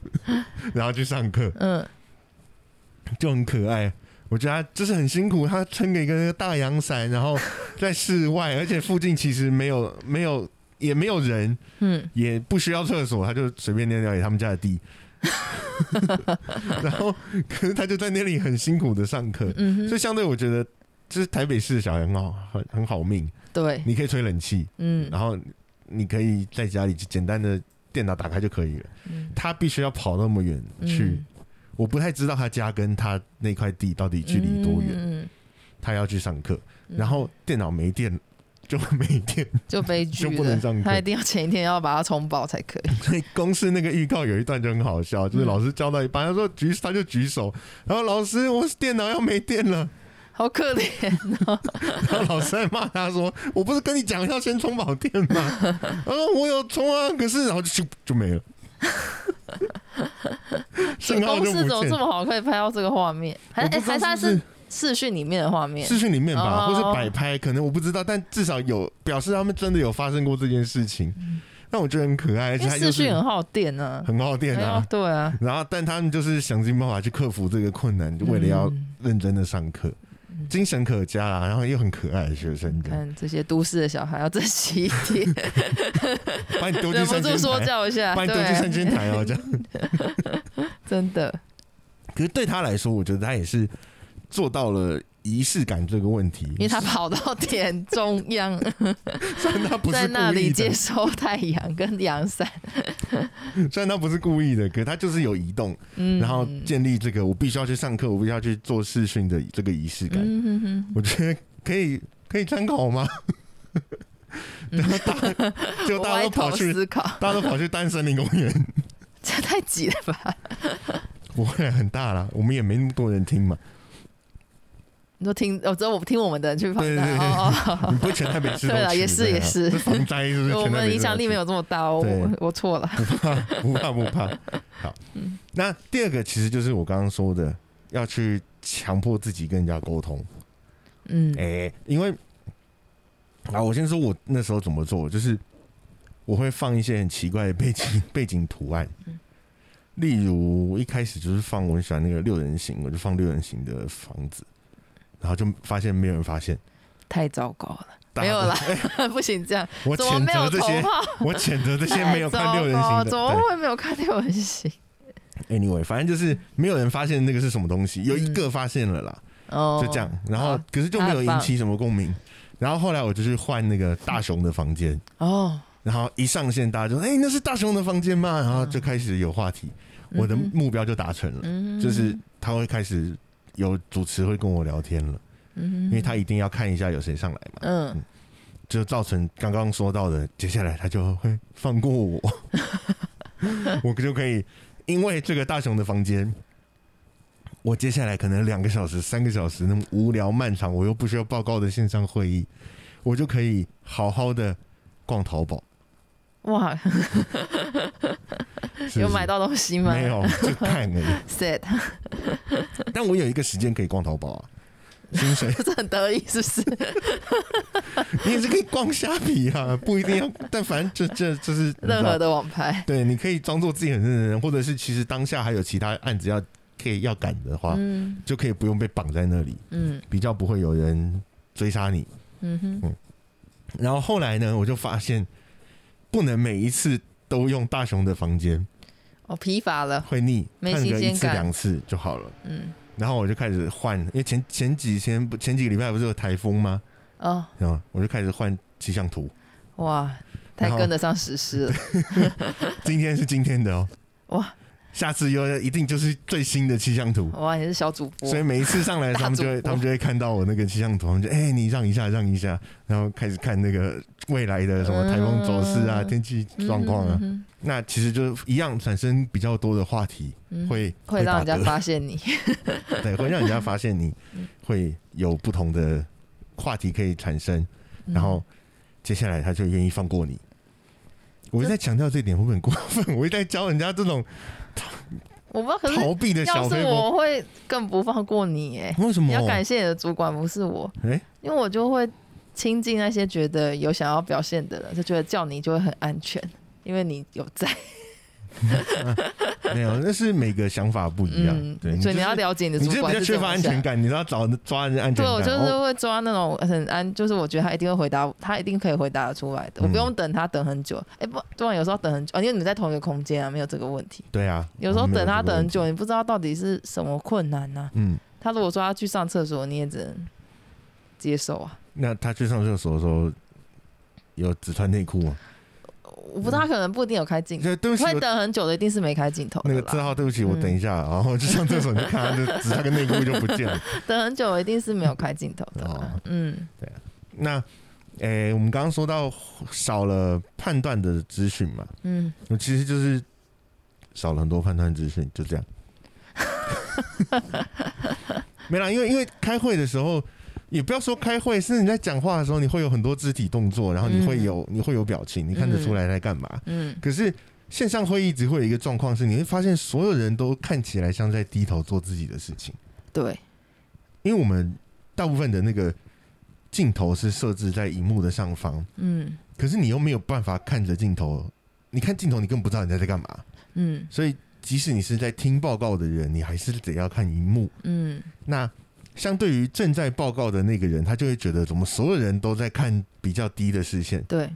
[SPEAKER 1] 然后去上课，
[SPEAKER 2] 嗯，
[SPEAKER 1] 就很可爱。我觉得他就是很辛苦，他撑着一个大阳伞，然后在室外，而且附近其实没有没有也没有人，
[SPEAKER 2] 嗯，
[SPEAKER 1] 也不需要厕所，他就随便尿尿也他们家的地。 然后，可是他就在那里很辛苦的上课，
[SPEAKER 2] 嗯
[SPEAKER 1] 所以
[SPEAKER 2] 哼，
[SPEAKER 1] 相对我觉得，就是台北市的小孩很好，很很好命，
[SPEAKER 2] 对，
[SPEAKER 1] 你可以吹冷气，
[SPEAKER 2] 嗯
[SPEAKER 1] 然后你可以在家里简单的电脑打开就可以了。
[SPEAKER 2] 嗯
[SPEAKER 1] 他必须要跑那么远去，
[SPEAKER 2] 嗯
[SPEAKER 1] 我不太知道他家跟他那块地到底距离多远，
[SPEAKER 2] 嗯，
[SPEAKER 1] 他要去上课，
[SPEAKER 2] 嗯
[SPEAKER 1] 然后电脑没电就没电，
[SPEAKER 2] 就悲剧
[SPEAKER 1] 就不能上
[SPEAKER 2] 了，
[SPEAKER 1] 课
[SPEAKER 2] 他一定要前一天要把它充饱才 可以。
[SPEAKER 1] 所以公司那个预告有一段就很好笑，就是
[SPEAKER 2] 嗯
[SPEAKER 1] 老师教到一半，他说举他就举手，然后老师我电脑要没电了，
[SPEAKER 2] 好可怜，
[SPEAKER 1] 然后老师还骂他说：“我不是跟你讲要先充饱电吗？”他说：“我有充啊，可是然后就咻就没了，信号
[SPEAKER 2] 公
[SPEAKER 1] 就
[SPEAKER 2] 司怎
[SPEAKER 1] 不
[SPEAKER 2] 么这
[SPEAKER 1] 见。
[SPEAKER 2] 么好，可以拍到这个画面？还
[SPEAKER 1] 我不
[SPEAKER 2] 哎
[SPEAKER 1] 知道
[SPEAKER 2] 还是它
[SPEAKER 1] 是
[SPEAKER 2] 是视讯里面的画”面？
[SPEAKER 1] 视讯里面吧，
[SPEAKER 2] 哦
[SPEAKER 1] 或是摆拍，可能我不知道，但至少有表示他们真的有发生过这件事情。那我觉得很可爱，而且
[SPEAKER 2] 嗯因
[SPEAKER 1] 他
[SPEAKER 2] 为
[SPEAKER 1] 就
[SPEAKER 2] 视
[SPEAKER 1] 是
[SPEAKER 2] 讯很耗电呢。
[SPEAKER 1] 很耗电
[SPEAKER 2] 哎呦
[SPEAKER 1] 啊。
[SPEAKER 2] 对 啊，
[SPEAKER 1] 然后，但他们就是想尽办法去克服这个困难，就为了要
[SPEAKER 2] 嗯
[SPEAKER 1] 认真的上课，精神可嘉啦，然后又很可爱的学生，这样
[SPEAKER 2] 看这些都市的小孩要珍惜一 点，
[SPEAKER 1] 把你丢进
[SPEAKER 2] 忍不
[SPEAKER 1] 三
[SPEAKER 2] 住
[SPEAKER 1] 千
[SPEAKER 2] 说
[SPEAKER 1] 台，
[SPEAKER 2] 教一下，
[SPEAKER 1] 把你丢进三千
[SPEAKER 2] 对，
[SPEAKER 1] 台 哦，这样。
[SPEAKER 2] 真的，
[SPEAKER 1] 可是对他来说，我觉得他也是做到了仪式感这个问题，
[SPEAKER 2] 因为他跑到田中央，
[SPEAKER 1] 虽然他 不
[SPEAKER 2] 在
[SPEAKER 1] 是
[SPEAKER 2] 那
[SPEAKER 1] 故
[SPEAKER 2] 里
[SPEAKER 1] 意
[SPEAKER 2] 接
[SPEAKER 1] 的，
[SPEAKER 2] 收太阳跟阳伞，
[SPEAKER 1] 虽然他不是故意的，可是他就是有移动，
[SPEAKER 2] 嗯，
[SPEAKER 1] 然后建立这个我必须要去上课，我必须要去做视讯的这个仪式感，
[SPEAKER 2] 嗯哼哼，
[SPEAKER 1] 我觉得可以可以参考 吗？ 然后大家就大家
[SPEAKER 2] 嗯歪
[SPEAKER 1] 都
[SPEAKER 2] 头
[SPEAKER 1] 跑去，
[SPEAKER 2] 思考，
[SPEAKER 1] 大家都跑去丹森林公园，
[SPEAKER 2] 这太挤了吧？
[SPEAKER 1] 不会很大啦，我们也没那么多人听嘛，
[SPEAKER 2] 你说听，哦，只有我听我们的人去跑
[SPEAKER 1] 对对对
[SPEAKER 2] 的，哦哦
[SPEAKER 1] 你不会全台北市都
[SPEAKER 2] 对啦
[SPEAKER 1] 去
[SPEAKER 2] 也是
[SPEAKER 1] 对啊
[SPEAKER 2] 也是
[SPEAKER 1] 这防灾是不是？
[SPEAKER 2] 哦，我
[SPEAKER 1] 全台北
[SPEAKER 2] 们
[SPEAKER 1] 市
[SPEAKER 2] 影
[SPEAKER 1] 都
[SPEAKER 2] 响
[SPEAKER 1] 去
[SPEAKER 2] 力没有这么大哦，
[SPEAKER 1] 对
[SPEAKER 2] 我我 错了，
[SPEAKER 1] 不怕不怕。好，
[SPEAKER 2] 嗯
[SPEAKER 1] 那第二个其实就是我刚刚说的，要去强迫自己跟人家沟通。
[SPEAKER 2] 嗯
[SPEAKER 1] 哎、因为啊，我先说我那时候怎么做，就是我会放一些很奇怪的背景背景图案，
[SPEAKER 2] 嗯
[SPEAKER 1] 例如一开始就是放我很喜欢那个六人行，我就放六人行的房子，然后就发现没有人发现。
[SPEAKER 2] 太糟糕了，
[SPEAKER 1] 大
[SPEAKER 2] 没
[SPEAKER 1] 家
[SPEAKER 2] 有
[SPEAKER 1] 都
[SPEAKER 2] 啦，
[SPEAKER 1] 哎
[SPEAKER 2] 不行这样，
[SPEAKER 1] 我
[SPEAKER 2] 怎么
[SPEAKER 1] 谴
[SPEAKER 2] 没有
[SPEAKER 1] 责这
[SPEAKER 2] 头
[SPEAKER 1] 些，
[SPEAKER 2] 炮？
[SPEAKER 1] 我谴 责这些没有看
[SPEAKER 2] 太
[SPEAKER 1] 六人
[SPEAKER 2] 糟
[SPEAKER 1] 行
[SPEAKER 2] 糕
[SPEAKER 1] 的。
[SPEAKER 2] 怎么
[SPEAKER 1] 对
[SPEAKER 2] 会没有看六人行？
[SPEAKER 1] Anyway，反正就是没有人发现那个是什么东西，有一个发现了啦，
[SPEAKER 2] 嗯哦，
[SPEAKER 1] 就这样。然后
[SPEAKER 2] 好
[SPEAKER 1] 可是就没有
[SPEAKER 2] 那
[SPEAKER 1] 引
[SPEAKER 2] 很
[SPEAKER 1] 起什么共鸣。然后后来我就去换那个大雄的房间，
[SPEAKER 2] 哦，
[SPEAKER 1] 然后一上线大家就哎、那是大雄的房间吗？然后就开始有话题，我的
[SPEAKER 2] 嗯
[SPEAKER 1] 目标就达成了，
[SPEAKER 2] 嗯
[SPEAKER 1] 就是他会开始有主持会跟我聊天了，
[SPEAKER 2] 因
[SPEAKER 1] 因为他一定要看一下有谁上来嘛，
[SPEAKER 2] 嗯
[SPEAKER 1] 就造成刚刚说到的，接下来他就会放过 我，我就可以因为这个大雄的房间，我接下来可能两个小时、三个小时那么无聊漫长，我又不需要报告的线上会议，我就可以好好的逛淘宝，
[SPEAKER 2] 哇，
[SPEAKER 1] 是不是
[SPEAKER 2] 有买到东西吗？
[SPEAKER 1] 没有？就看而 已。
[SPEAKER 2] ，sad，
[SPEAKER 1] 但我有一个时间可以逛淘宝啊，薪水
[SPEAKER 2] 这很得意是 不是？
[SPEAKER 1] 你也是可以逛虾皮啊， 不一定要，但反正这这这是
[SPEAKER 2] 任何的网拍，
[SPEAKER 1] 对，你可以装作自己很认真的人，或者是其实当下还有其他案子要可以要赶的话，
[SPEAKER 2] 嗯
[SPEAKER 1] 就可以不用被绑在那里，
[SPEAKER 2] 嗯
[SPEAKER 1] 比较不会有人追杀你。
[SPEAKER 2] 嗯哼，
[SPEAKER 1] 然后后来呢，我就发现不能每一次都用大雄的房间，
[SPEAKER 2] 哦，疲乏了，
[SPEAKER 1] 会腻，
[SPEAKER 2] 没
[SPEAKER 1] 看
[SPEAKER 2] 新
[SPEAKER 1] 个一
[SPEAKER 2] 鲜
[SPEAKER 1] 次
[SPEAKER 2] 感
[SPEAKER 1] 两次就好了。
[SPEAKER 2] 嗯
[SPEAKER 1] 然后我就开始换，因为前前几天不前几个礼拜不是有台风吗？
[SPEAKER 2] 哦，
[SPEAKER 1] 然后我就开始换气象图，
[SPEAKER 2] 哇，太
[SPEAKER 1] 然后
[SPEAKER 2] 跟得上时事了，
[SPEAKER 1] 今天是今天的哦，
[SPEAKER 2] 哇，
[SPEAKER 1] 下次又一定就是最新的气象图。
[SPEAKER 2] 哇，你是小主播
[SPEAKER 1] 所以，每一次上来的时候，他们就会
[SPEAKER 2] 大主播
[SPEAKER 1] 他们就会看到我那个气象图，他们就哎、你让一下，让一下，然后开始看那个未来的什么台风走势啊、
[SPEAKER 2] 嗯
[SPEAKER 1] 天气状况啊。
[SPEAKER 2] 嗯
[SPEAKER 1] 那其实就是一样产生比较多的话题，
[SPEAKER 2] 嗯
[SPEAKER 1] 会
[SPEAKER 2] 会让人家
[SPEAKER 1] 打嗝
[SPEAKER 2] 发现你。
[SPEAKER 1] 对，会让人家发现你会有不同的话题可以产生，
[SPEAKER 2] 嗯
[SPEAKER 1] 然后接下来他就愿意放过你。我一直在强调这一点会不会很过分？ 我一直在教人家这种
[SPEAKER 2] 我不知道，可是
[SPEAKER 1] 逃避的小
[SPEAKER 2] 要是
[SPEAKER 1] 黑
[SPEAKER 2] 我
[SPEAKER 1] 魔，
[SPEAKER 2] 我会更不放过你哎、
[SPEAKER 1] 为什么
[SPEAKER 2] 你？要感谢你的主管，不是我，
[SPEAKER 1] 哎，
[SPEAKER 2] 因为我就会亲近那些觉得有想要表现的人，就觉得叫你就会很安全，因为你有在，
[SPEAKER 1] 没有，那是每个想法不一样。
[SPEAKER 2] 嗯
[SPEAKER 1] 对，，
[SPEAKER 2] 所
[SPEAKER 1] 就
[SPEAKER 2] 以你
[SPEAKER 1] 是
[SPEAKER 2] 要了解你的
[SPEAKER 1] 你
[SPEAKER 2] 主
[SPEAKER 1] 这比
[SPEAKER 2] 管
[SPEAKER 1] 较
[SPEAKER 2] 是
[SPEAKER 1] 缺
[SPEAKER 2] 怎
[SPEAKER 1] 乏
[SPEAKER 2] 么
[SPEAKER 1] 安
[SPEAKER 2] 想
[SPEAKER 1] 全。感，你知道找抓人家安全
[SPEAKER 2] 对，
[SPEAKER 1] 感。
[SPEAKER 2] 我就是
[SPEAKER 1] 哦
[SPEAKER 2] 会抓那种很安，就是我觉得他一定会回答，他一定可以回答得出来的，我
[SPEAKER 1] 嗯
[SPEAKER 2] 不用等他等很久。哎、不，不然有时候等很久，啊因为你们在同一个空间啊，没有这个问题。
[SPEAKER 1] 对啊，
[SPEAKER 2] 有时候
[SPEAKER 1] 我们没
[SPEAKER 2] 等他
[SPEAKER 1] 这个
[SPEAKER 2] 等
[SPEAKER 1] 问
[SPEAKER 2] 很
[SPEAKER 1] 题。
[SPEAKER 2] 久，你不知道到底是什么困难啊呐、
[SPEAKER 1] 嗯，
[SPEAKER 2] 他如果说他去上厕所，你也只能接受啊。
[SPEAKER 1] 那他去上厕所的时候有只穿内裤吗？
[SPEAKER 2] 我不知道，他可能不一定有开镜头，
[SPEAKER 1] 对，对不起，我
[SPEAKER 2] 会等很久的，一定是没开镜头
[SPEAKER 1] 那
[SPEAKER 2] 的
[SPEAKER 1] 个
[SPEAKER 2] 啦。嗯
[SPEAKER 1] 字号，对不起，我等一下，然后就上厕所，你就看他的只他跟内裤就不见了。
[SPEAKER 2] 等很久的一定是没有开镜头的啦
[SPEAKER 1] 哦。
[SPEAKER 2] 嗯，
[SPEAKER 1] 那，诶、我们刚刚说到少了判断的资讯嘛，
[SPEAKER 2] 嗯，
[SPEAKER 1] 我其实就是少了很多判断资讯，就这样。没啦，因为因为开会的时候，也不要说开会，是你在讲话的时候，你会有很多肢体动作，然后你会有、你会有表情，你看得出来在干嘛。
[SPEAKER 2] 嗯，
[SPEAKER 1] 可是线上会议只会有一个状况是，你会发现所有人都看起来像在低头做自己的事情，
[SPEAKER 2] 对，
[SPEAKER 1] 因为我们大部分的那个镜头是设置在荧幕的上方，
[SPEAKER 2] 嗯
[SPEAKER 1] 可是你又没有办法看着镜头，你看镜头你根本不知道你在在干嘛，
[SPEAKER 2] 嗯
[SPEAKER 1] 所以即使你是在听报告的人，你还是得要看荧幕。
[SPEAKER 2] 嗯，
[SPEAKER 1] 那相对于正在报告的那个人，他就会觉得怎么所有人都在看比较低的视线，
[SPEAKER 2] 对，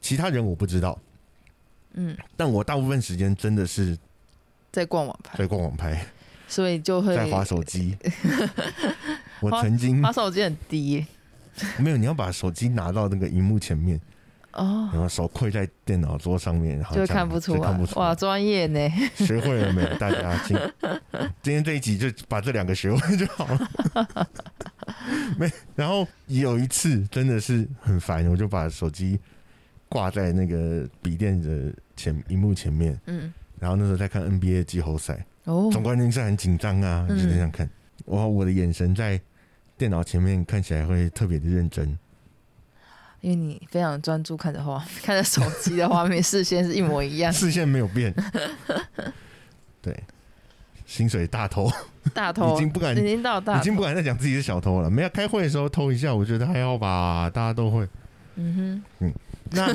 [SPEAKER 1] 其他人我不知道，
[SPEAKER 2] 嗯，
[SPEAKER 1] 但我大部分时间真的是
[SPEAKER 2] 在逛网拍，
[SPEAKER 1] 在逛网 拍。
[SPEAKER 2] 所以就会
[SPEAKER 1] 在划手机。我曾经
[SPEAKER 2] 滑手机很低耶
[SPEAKER 1] 没有，你要把手机拿到那个荧幕前面，
[SPEAKER 2] 哦，
[SPEAKER 1] 然后手跪在电脑桌上面，然后
[SPEAKER 2] 就会
[SPEAKER 1] 这样
[SPEAKER 2] 看不出
[SPEAKER 1] 就看
[SPEAKER 2] 来
[SPEAKER 1] 不。出
[SPEAKER 2] 哇，
[SPEAKER 1] 来。
[SPEAKER 2] 专业呢，
[SPEAKER 1] 学会了没有？大家 今今天这一集就把这两个学会就好了。 没，然后有一次真的是很烦，我就把手机挂在那个笔电的前荧幕前面，
[SPEAKER 2] 嗯，
[SPEAKER 1] 然后那时候在看 NBA 季后赛，
[SPEAKER 2] 哦，
[SPEAKER 1] 总冠军赛很紧张啊，
[SPEAKER 2] 嗯
[SPEAKER 1] 就这样看。然后我的眼神在电脑前面看起来会特别的认真，
[SPEAKER 2] 因为你非常专注看着画，看着手机的画面，视线是一模一样，
[SPEAKER 1] 视线没有 变。对，薪水大头
[SPEAKER 2] 大头
[SPEAKER 1] 已经不敢
[SPEAKER 2] 已经到大
[SPEAKER 1] 已
[SPEAKER 2] 头，
[SPEAKER 1] 经不敢再讲自己是小偷了。没有开会的时候偷一下，我觉得还好吧，大家都会。
[SPEAKER 2] 嗯
[SPEAKER 1] 那，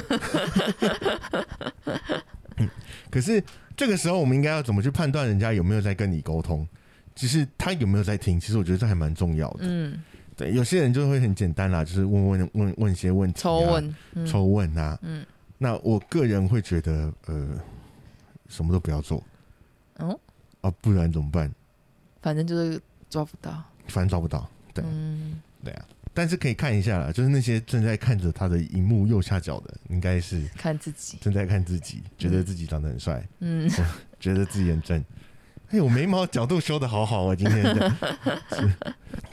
[SPEAKER 1] 嗯可是这个时候我们应该要怎么去判断人家有没有在跟你沟通？只是他有没有在听？其实我觉得这还蛮重要
[SPEAKER 2] 哼，
[SPEAKER 1] 的。
[SPEAKER 2] 嗯，
[SPEAKER 1] 对，有些人就会很简单啦，就是问问问问一些问题、啊，
[SPEAKER 2] 抽问，嗯
[SPEAKER 1] 抽问啊。
[SPEAKER 2] 嗯
[SPEAKER 1] 那我个人会觉得，呃，什么都不要做
[SPEAKER 2] 哦，
[SPEAKER 1] 啊，不然怎么办？
[SPEAKER 2] 反正就是抓不到，
[SPEAKER 1] 反正找不到。对
[SPEAKER 2] 嗯，
[SPEAKER 1] 对啊，但是可以看一下啦，就是那些正在看着他的荧幕右下角的，应该是
[SPEAKER 2] 看自己，
[SPEAKER 1] 正在看自己，觉得自己长得很帅，
[SPEAKER 2] 嗯，
[SPEAKER 1] 觉得自己很正。哎，我眉毛角度修的好好啊，今天 的是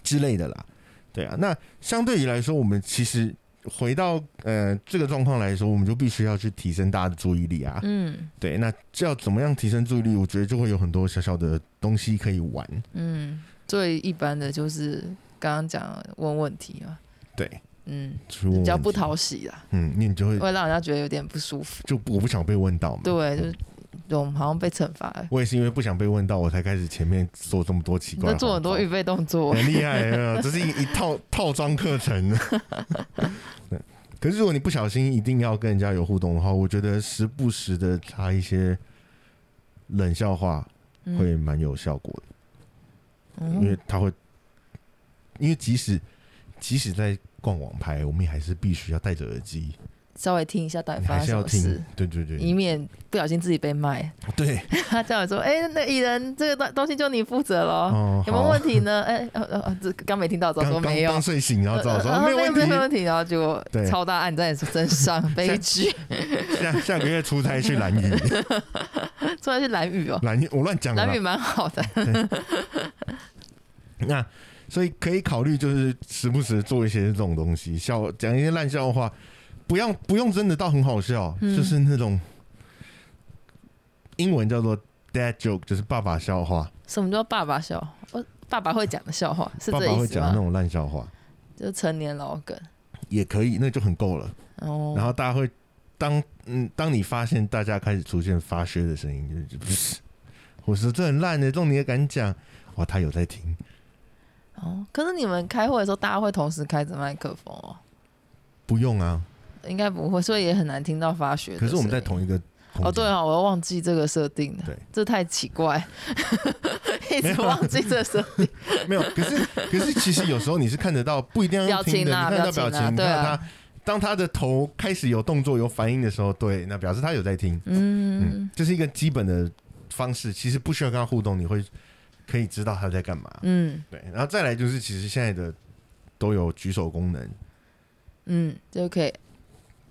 [SPEAKER 1] 之类的啦。对啊，那相对于来说，我们其实回到呃这个状况来说，我们就必须要去提升大家的注意力啊。
[SPEAKER 2] 嗯
[SPEAKER 1] 对，那这要怎么样提升注意力？我觉得就会有很多小小的东西可以玩。
[SPEAKER 2] 嗯，最一般的就是刚刚讲的问问题嘛，
[SPEAKER 1] 对，
[SPEAKER 2] 嗯，
[SPEAKER 1] 就是问
[SPEAKER 2] 比较
[SPEAKER 1] 问
[SPEAKER 2] 不
[SPEAKER 1] 题，
[SPEAKER 2] 讨喜啦，
[SPEAKER 1] 嗯，那你就会
[SPEAKER 2] 会让人家觉得有点不舒服，
[SPEAKER 1] 就我不想被问到嘛。
[SPEAKER 2] 对，就是我们好像被惩罚了，
[SPEAKER 1] 我也是因为不想被问到，我才开始前面做这么多奇
[SPEAKER 2] 你
[SPEAKER 1] 怪哎
[SPEAKER 2] 在
[SPEAKER 1] 的，
[SPEAKER 2] 做很多预备动作，
[SPEAKER 1] 很厉害，有没有这是一一套套装课程。 对可是如果你不小心一定要跟人家有互动的话，我觉得时不时的插一些冷笑话会
[SPEAKER 2] 嗯，
[SPEAKER 1] 蛮有效果的。因
[SPEAKER 2] 嗯
[SPEAKER 1] 为他会，因为即使即使在逛网拍，我们也还是必须要戴着耳机
[SPEAKER 2] 稍微听一下到底呃发
[SPEAKER 1] 还是
[SPEAKER 2] 生什
[SPEAKER 1] 要
[SPEAKER 2] 么
[SPEAKER 1] 听
[SPEAKER 2] 事，，
[SPEAKER 1] 对对对，
[SPEAKER 2] 以免不小心自己被卖。
[SPEAKER 1] 对，
[SPEAKER 2] 他叫我说：“哎、那蚁人这个东东西就你负责咯，
[SPEAKER 1] 哦
[SPEAKER 2] 有没有
[SPEAKER 1] 好
[SPEAKER 2] 问题 呢？”哎、呃呃呃，这刚没听到，早
[SPEAKER 1] 刚
[SPEAKER 2] 说
[SPEAKER 1] 刚
[SPEAKER 2] 没有
[SPEAKER 1] 刚。睡醒，然后早说哦
[SPEAKER 2] 呃呃
[SPEAKER 1] 没
[SPEAKER 2] 没
[SPEAKER 1] 有问
[SPEAKER 2] 没有
[SPEAKER 1] 题，
[SPEAKER 2] 问题，然后结果
[SPEAKER 1] 对
[SPEAKER 2] 超大案在你身上，悲剧。
[SPEAKER 1] 下下个月出差去蓝屿，
[SPEAKER 2] 突然是蓝雨 哦，
[SPEAKER 1] 蓝屿我乱讲了
[SPEAKER 2] 蓝雨
[SPEAKER 1] 啦。
[SPEAKER 2] 蛮好 的，
[SPEAKER 1] 那所以可以考虑就是时不时做一些这种东西，笑讲一些烂笑话，不要不用真的到很好笑，
[SPEAKER 2] 嗯
[SPEAKER 1] 就是那种英文叫做 dad joke，就是爸爸笑话，
[SPEAKER 2] 什么叫爸爸笑？我爸爸会讲的笑话是
[SPEAKER 1] 爸
[SPEAKER 2] 这
[SPEAKER 1] 爸
[SPEAKER 2] 意
[SPEAKER 1] 会
[SPEAKER 2] 思
[SPEAKER 1] 讲那
[SPEAKER 2] 吗？
[SPEAKER 1] 种烂笑话
[SPEAKER 2] 就成年老梗
[SPEAKER 1] 也可以，那就很够了。
[SPEAKER 2] 哦。
[SPEAKER 1] 然后大家会当嗯，当你发现大家开始出现发噱的声音，就是就噗我说这很烂的，这种你也敢讲？哇，他有在听，
[SPEAKER 2] 哦，可是你们开会的时候，大家会同时开着麦克风哦，
[SPEAKER 1] 不用啊。
[SPEAKER 2] 应该不会，所以也很难听到发学。
[SPEAKER 1] 可是我们在同一个空
[SPEAKER 2] 哦，
[SPEAKER 1] 间
[SPEAKER 2] 对啊，我又忘记这个设定了，
[SPEAKER 1] 对，
[SPEAKER 2] 这太奇怪， 一
[SPEAKER 1] 没
[SPEAKER 2] 直
[SPEAKER 1] 有啊
[SPEAKER 2] 忘记这个设定。
[SPEAKER 1] 没有。可 是可是其实有时候你是看得到，不一定要用
[SPEAKER 2] 表情
[SPEAKER 1] 听的，
[SPEAKER 2] 啊
[SPEAKER 1] 你看得到表
[SPEAKER 2] 表情啊
[SPEAKER 1] 情，你
[SPEAKER 2] 对
[SPEAKER 1] 看
[SPEAKER 2] 啊
[SPEAKER 1] 到他。当他的头开始有动作、有反应的时候，对，那表示他有在 听。嗯
[SPEAKER 2] 嗯，
[SPEAKER 1] 这是一个基本的方式，其实不需要跟他互动，你会可以知道他在干嘛。
[SPEAKER 2] 嗯
[SPEAKER 1] 对，然后再来就是，其实现在的都有举手功能，
[SPEAKER 2] 嗯，就可以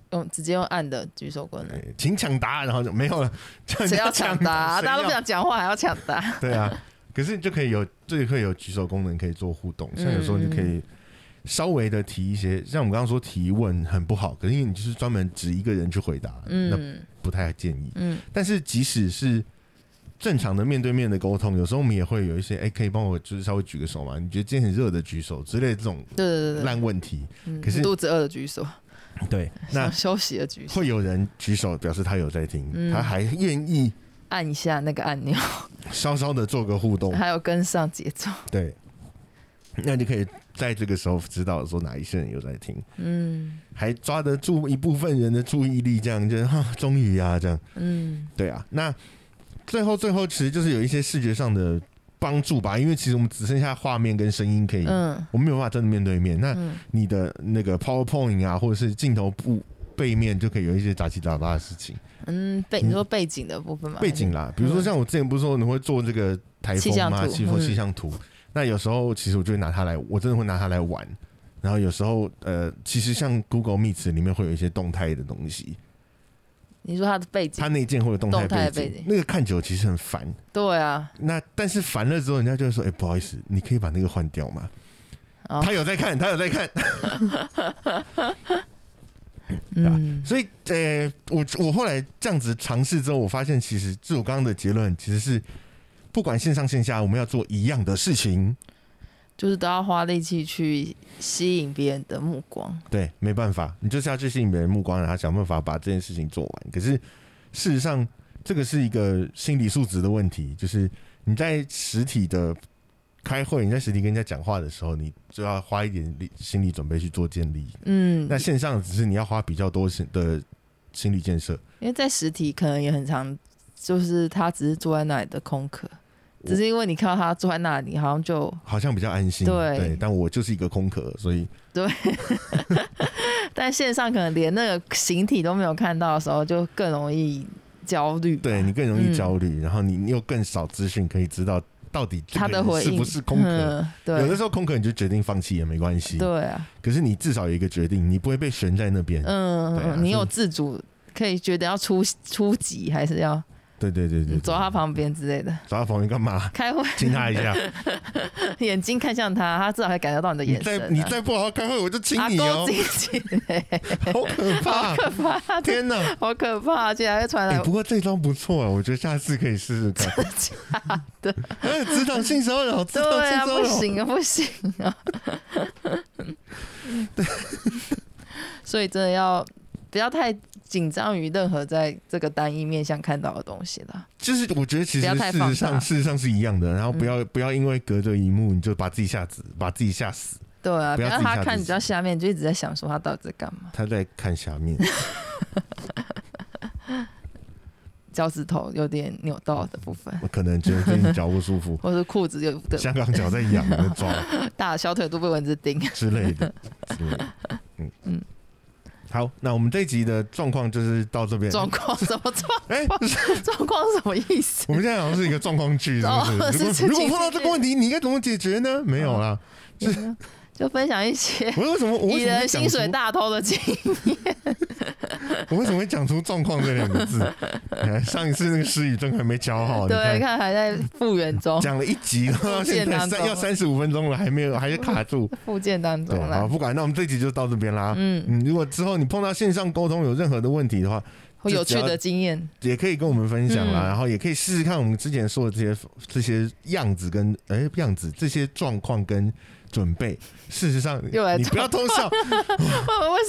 [SPEAKER 2] 用直接用按的举手功能。
[SPEAKER 1] 对请抢答，然后就没有了。叫人
[SPEAKER 2] 嗯 谁
[SPEAKER 1] 家
[SPEAKER 2] 要抢答啊？
[SPEAKER 1] 谁
[SPEAKER 2] 大家都不
[SPEAKER 1] 要
[SPEAKER 2] 想讲话，还要抢 答。
[SPEAKER 1] 对啊，可是就可以有，这会有举手功能可以做互动，
[SPEAKER 2] 嗯
[SPEAKER 1] 像有时候你可以稍微的提一些，像我们刚刚说提问很不好，可是因为你就是专门指一个人去回答，那
[SPEAKER 2] 嗯
[SPEAKER 1] 不太建议。
[SPEAKER 2] 嗯
[SPEAKER 1] 但是即使是正常的面对面的沟通，有时候我们也会有一些，哎、可以帮我就是稍微举个手嘛？你觉得今天很热的举手之类的这种
[SPEAKER 2] 对对对对
[SPEAKER 1] 烂问题，
[SPEAKER 2] 嗯，
[SPEAKER 1] 可是
[SPEAKER 2] 肚子饿的举手，
[SPEAKER 1] 对，那
[SPEAKER 2] 想 休息的举手，
[SPEAKER 1] 会有人举手表示他有在听，
[SPEAKER 2] 嗯
[SPEAKER 1] 他还愿意
[SPEAKER 2] 按一下那个按钮，
[SPEAKER 1] 稍稍的做个互动，
[SPEAKER 2] 还有跟上节奏。
[SPEAKER 1] 对，那你可以在这个时候知道说哪一些人有在听，
[SPEAKER 2] 嗯
[SPEAKER 1] 还抓得住一部分人的注意力，这样就是哈、终于啊，这样
[SPEAKER 2] 嗯
[SPEAKER 1] 对啊。那最后最后其实就是有一些视觉上的帮助吧，因为其实我们只剩下画面跟声音可以，
[SPEAKER 2] 嗯
[SPEAKER 1] 我们没有办法真的面对面。那
[SPEAKER 2] 嗯
[SPEAKER 1] 你的那个 PowerPoint 啊，或者是镜头部背面就可以有一些杂七杂八的事情，
[SPEAKER 2] 嗯，背你说背景的部分嘛？
[SPEAKER 1] 背景啦，比如说像我之前不是说你会做这个台
[SPEAKER 2] 气
[SPEAKER 1] 风
[SPEAKER 2] 象
[SPEAKER 1] 嘛，
[SPEAKER 2] 图
[SPEAKER 1] 气候
[SPEAKER 2] 嗯
[SPEAKER 1] 气象图。那有时候其实我就会拿它来，我真的会拿它来玩。然后有时候呃，其实像 Google Meet 里面会有一些动态的东西，
[SPEAKER 2] 你说它的背景
[SPEAKER 1] 它，那件会有动态
[SPEAKER 2] 动态
[SPEAKER 1] 背
[SPEAKER 2] 的
[SPEAKER 1] 景，
[SPEAKER 2] 背景
[SPEAKER 1] 那个看久其实很烦。
[SPEAKER 2] 对啊，
[SPEAKER 1] 那但是烦了之后，人家就会说：“哎、不好意思，你可以把那个换掉吗？”
[SPEAKER 2] 哦
[SPEAKER 1] 他有在看，他有在看。 啊
[SPEAKER 2] 嗯
[SPEAKER 1] 所以呃，我我后来这样子尝试之后，我发现其实就我刚刚的结论，其实是不管线上线下，我们要做一样的事情。，
[SPEAKER 2] 就是都要花力气去吸引别人的目光。
[SPEAKER 1] 对，没办法，你就是要去吸引别人目光，然后想办法把这件事情做完。可是事实上，这个是一个心理素质的问题，就是你在实体的开会，你在实体跟人家讲话的时候，你就要花一点力心理准备去做建立。
[SPEAKER 2] 嗯，
[SPEAKER 1] 那线上只是你要花比较多心的心理建设，
[SPEAKER 2] 因为在实体可能也很常，就是他只是坐在那里的空壳，
[SPEAKER 1] 我
[SPEAKER 2] 只是因为你看到他坐在那里，好像就
[SPEAKER 1] 好像比较安心。
[SPEAKER 2] 对
[SPEAKER 1] 但我就是一个空壳，所以
[SPEAKER 2] 但线上可能连那个形体都没有看到的时候，就更容易焦虑。
[SPEAKER 1] 对你更容易
[SPEAKER 2] 嗯
[SPEAKER 1] 焦虑，然后你你又更少资讯可以知道到底这
[SPEAKER 2] 他
[SPEAKER 1] 个
[SPEAKER 2] 的
[SPEAKER 1] 人
[SPEAKER 2] 回
[SPEAKER 1] 是
[SPEAKER 2] 应
[SPEAKER 1] 不是空壳。
[SPEAKER 2] 嗯
[SPEAKER 1] 有的
[SPEAKER 2] 对，
[SPEAKER 1] 时候空壳你就决定放弃也没关系，
[SPEAKER 2] 对啊，
[SPEAKER 1] 可是你至少有一个决定，你不会被悬在那边。
[SPEAKER 2] 嗯，
[SPEAKER 1] 对啊
[SPEAKER 2] 你有
[SPEAKER 1] 所以
[SPEAKER 2] 自主。可以决定要出出击，还是要
[SPEAKER 1] 对对对对，对
[SPEAKER 2] 走到他，旁边之类的。？
[SPEAKER 1] 走到旁边干嘛
[SPEAKER 2] 开会，
[SPEAKER 1] 亲他一下。
[SPEAKER 2] 眼睛看向他，他至少会感觉到你的
[SPEAKER 1] 你
[SPEAKER 2] 眼神、
[SPEAKER 1] 再
[SPEAKER 2] 啊。
[SPEAKER 1] 你再不好好开会，我就亲
[SPEAKER 2] 阿
[SPEAKER 1] 你
[SPEAKER 2] 勾
[SPEAKER 1] 哦、
[SPEAKER 2] 紧紧，
[SPEAKER 1] 好可 怕！
[SPEAKER 2] 可怕，这
[SPEAKER 1] 天哪！
[SPEAKER 2] 好可怕，而且还会传
[SPEAKER 1] 哎、
[SPEAKER 2] 来
[SPEAKER 1] 不过这招不错啊，我觉得下次可以试试看。
[SPEAKER 2] 的，
[SPEAKER 1] 哎，职场性骚扰，职场
[SPEAKER 2] 对
[SPEAKER 1] 性
[SPEAKER 2] 啊，
[SPEAKER 1] 骚
[SPEAKER 2] 不
[SPEAKER 1] 扰，
[SPEAKER 2] 行啊，不行 啊，所以真的要不要太紧张于任何在这个单一面向看到的东西了。
[SPEAKER 1] 就是我觉得其
[SPEAKER 2] 不
[SPEAKER 1] 实
[SPEAKER 2] 要太
[SPEAKER 1] 事
[SPEAKER 2] 放嗯
[SPEAKER 1] 实
[SPEAKER 2] 大
[SPEAKER 1] 上事实上是一样的。然后不要、不要因为隔着一幕你就把自己吓死，把自己吓死。
[SPEAKER 2] 对啊，
[SPEAKER 1] 不
[SPEAKER 2] 不
[SPEAKER 1] 要
[SPEAKER 2] 要
[SPEAKER 1] 自己
[SPEAKER 2] 他
[SPEAKER 1] 吓自
[SPEAKER 2] 看
[SPEAKER 1] 己
[SPEAKER 2] 比较下面，就一直在想说他到底在干嘛，
[SPEAKER 1] 他在看下面，
[SPEAKER 2] 脚趾头有点扭到的部分，
[SPEAKER 1] 我可能觉得最近脚不舒
[SPEAKER 2] ，
[SPEAKER 1] 服
[SPEAKER 2] 或是裤子有的
[SPEAKER 1] 香港脚在痒，在抓。
[SPEAKER 2] 大小腿都被蚊子叮。
[SPEAKER 1] 之类的，之类的，嗯
[SPEAKER 2] 嗯
[SPEAKER 1] 嗯，好，那我们这一集的状况就是到这边。
[SPEAKER 2] 状况什么状
[SPEAKER 1] 哎、
[SPEAKER 2] 状况是什么意思？
[SPEAKER 1] 我们现在好像是一个状况剧，是
[SPEAKER 2] 哦
[SPEAKER 1] 不是？
[SPEAKER 2] 是情
[SPEAKER 1] 如果如果
[SPEAKER 2] 境
[SPEAKER 1] 碰到这个问题，你应该怎么解决呢？没有
[SPEAKER 2] 哦
[SPEAKER 1] 啦，
[SPEAKER 2] 就分享一些
[SPEAKER 1] 我为什么我为
[SPEAKER 2] 你
[SPEAKER 1] 什么
[SPEAKER 2] 的
[SPEAKER 1] 会
[SPEAKER 2] 薪
[SPEAKER 1] 讲出
[SPEAKER 2] 水大头的经
[SPEAKER 1] 我为什么会讲出“状况”这两个字？ 哎上一次那个失语症还没教好，哦你
[SPEAKER 2] 对，
[SPEAKER 1] 看
[SPEAKER 2] 看哦还在复原 中，
[SPEAKER 1] 讲了一集，然后 到现在
[SPEAKER 2] 复健当
[SPEAKER 1] 三
[SPEAKER 2] 中
[SPEAKER 1] 要三十五分钟了，还没有，还是
[SPEAKER 2] 嗯
[SPEAKER 1] 卡住。
[SPEAKER 2] 复健当
[SPEAKER 1] 对，
[SPEAKER 2] 中
[SPEAKER 1] 好，
[SPEAKER 2] 啦。
[SPEAKER 1] 不管，那我们这集就到这边啦。
[SPEAKER 2] 嗯，
[SPEAKER 1] 嗯，如果之后你碰到线上沟通有任何的问题的话，
[SPEAKER 2] 会有趣
[SPEAKER 1] 就只
[SPEAKER 2] 的
[SPEAKER 1] 要
[SPEAKER 2] 经验，
[SPEAKER 1] 也可以跟我们分享啦，
[SPEAKER 2] 嗯
[SPEAKER 1] 然后也可以试试看我们之前说的这些这些样子跟哎、样子这些状况跟准备。事实上，
[SPEAKER 2] 又来
[SPEAKER 1] 你不要偷 笑，
[SPEAKER 2] 为 为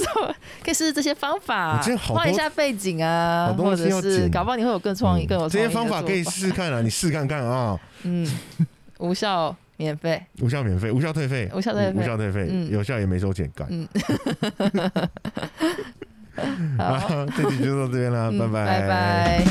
[SPEAKER 2] 什么可以试试这些方法
[SPEAKER 1] 我觉得？好多
[SPEAKER 2] 换一下背景
[SPEAKER 1] 好
[SPEAKER 2] 啊，
[SPEAKER 1] 多
[SPEAKER 2] 或
[SPEAKER 1] 东西要
[SPEAKER 2] 者是
[SPEAKER 1] 剪
[SPEAKER 2] 搞不好你会有更创意、
[SPEAKER 1] 嗯
[SPEAKER 2] 更有
[SPEAKER 1] 这
[SPEAKER 2] 创意
[SPEAKER 1] 些
[SPEAKER 2] 的
[SPEAKER 1] 方法可以
[SPEAKER 2] 做法
[SPEAKER 1] 试试看啊，你试看看啊，
[SPEAKER 2] 嗯，无效免费，
[SPEAKER 1] 无效免费，无效退费，
[SPEAKER 2] 无效退费
[SPEAKER 1] 无效退费，
[SPEAKER 2] 嗯
[SPEAKER 1] 有效也没收钱，干。
[SPEAKER 2] 嗯， 好，
[SPEAKER 1] 啊，这集就到这边啦，
[SPEAKER 2] 嗯
[SPEAKER 1] 拜拜，
[SPEAKER 2] 拜拜。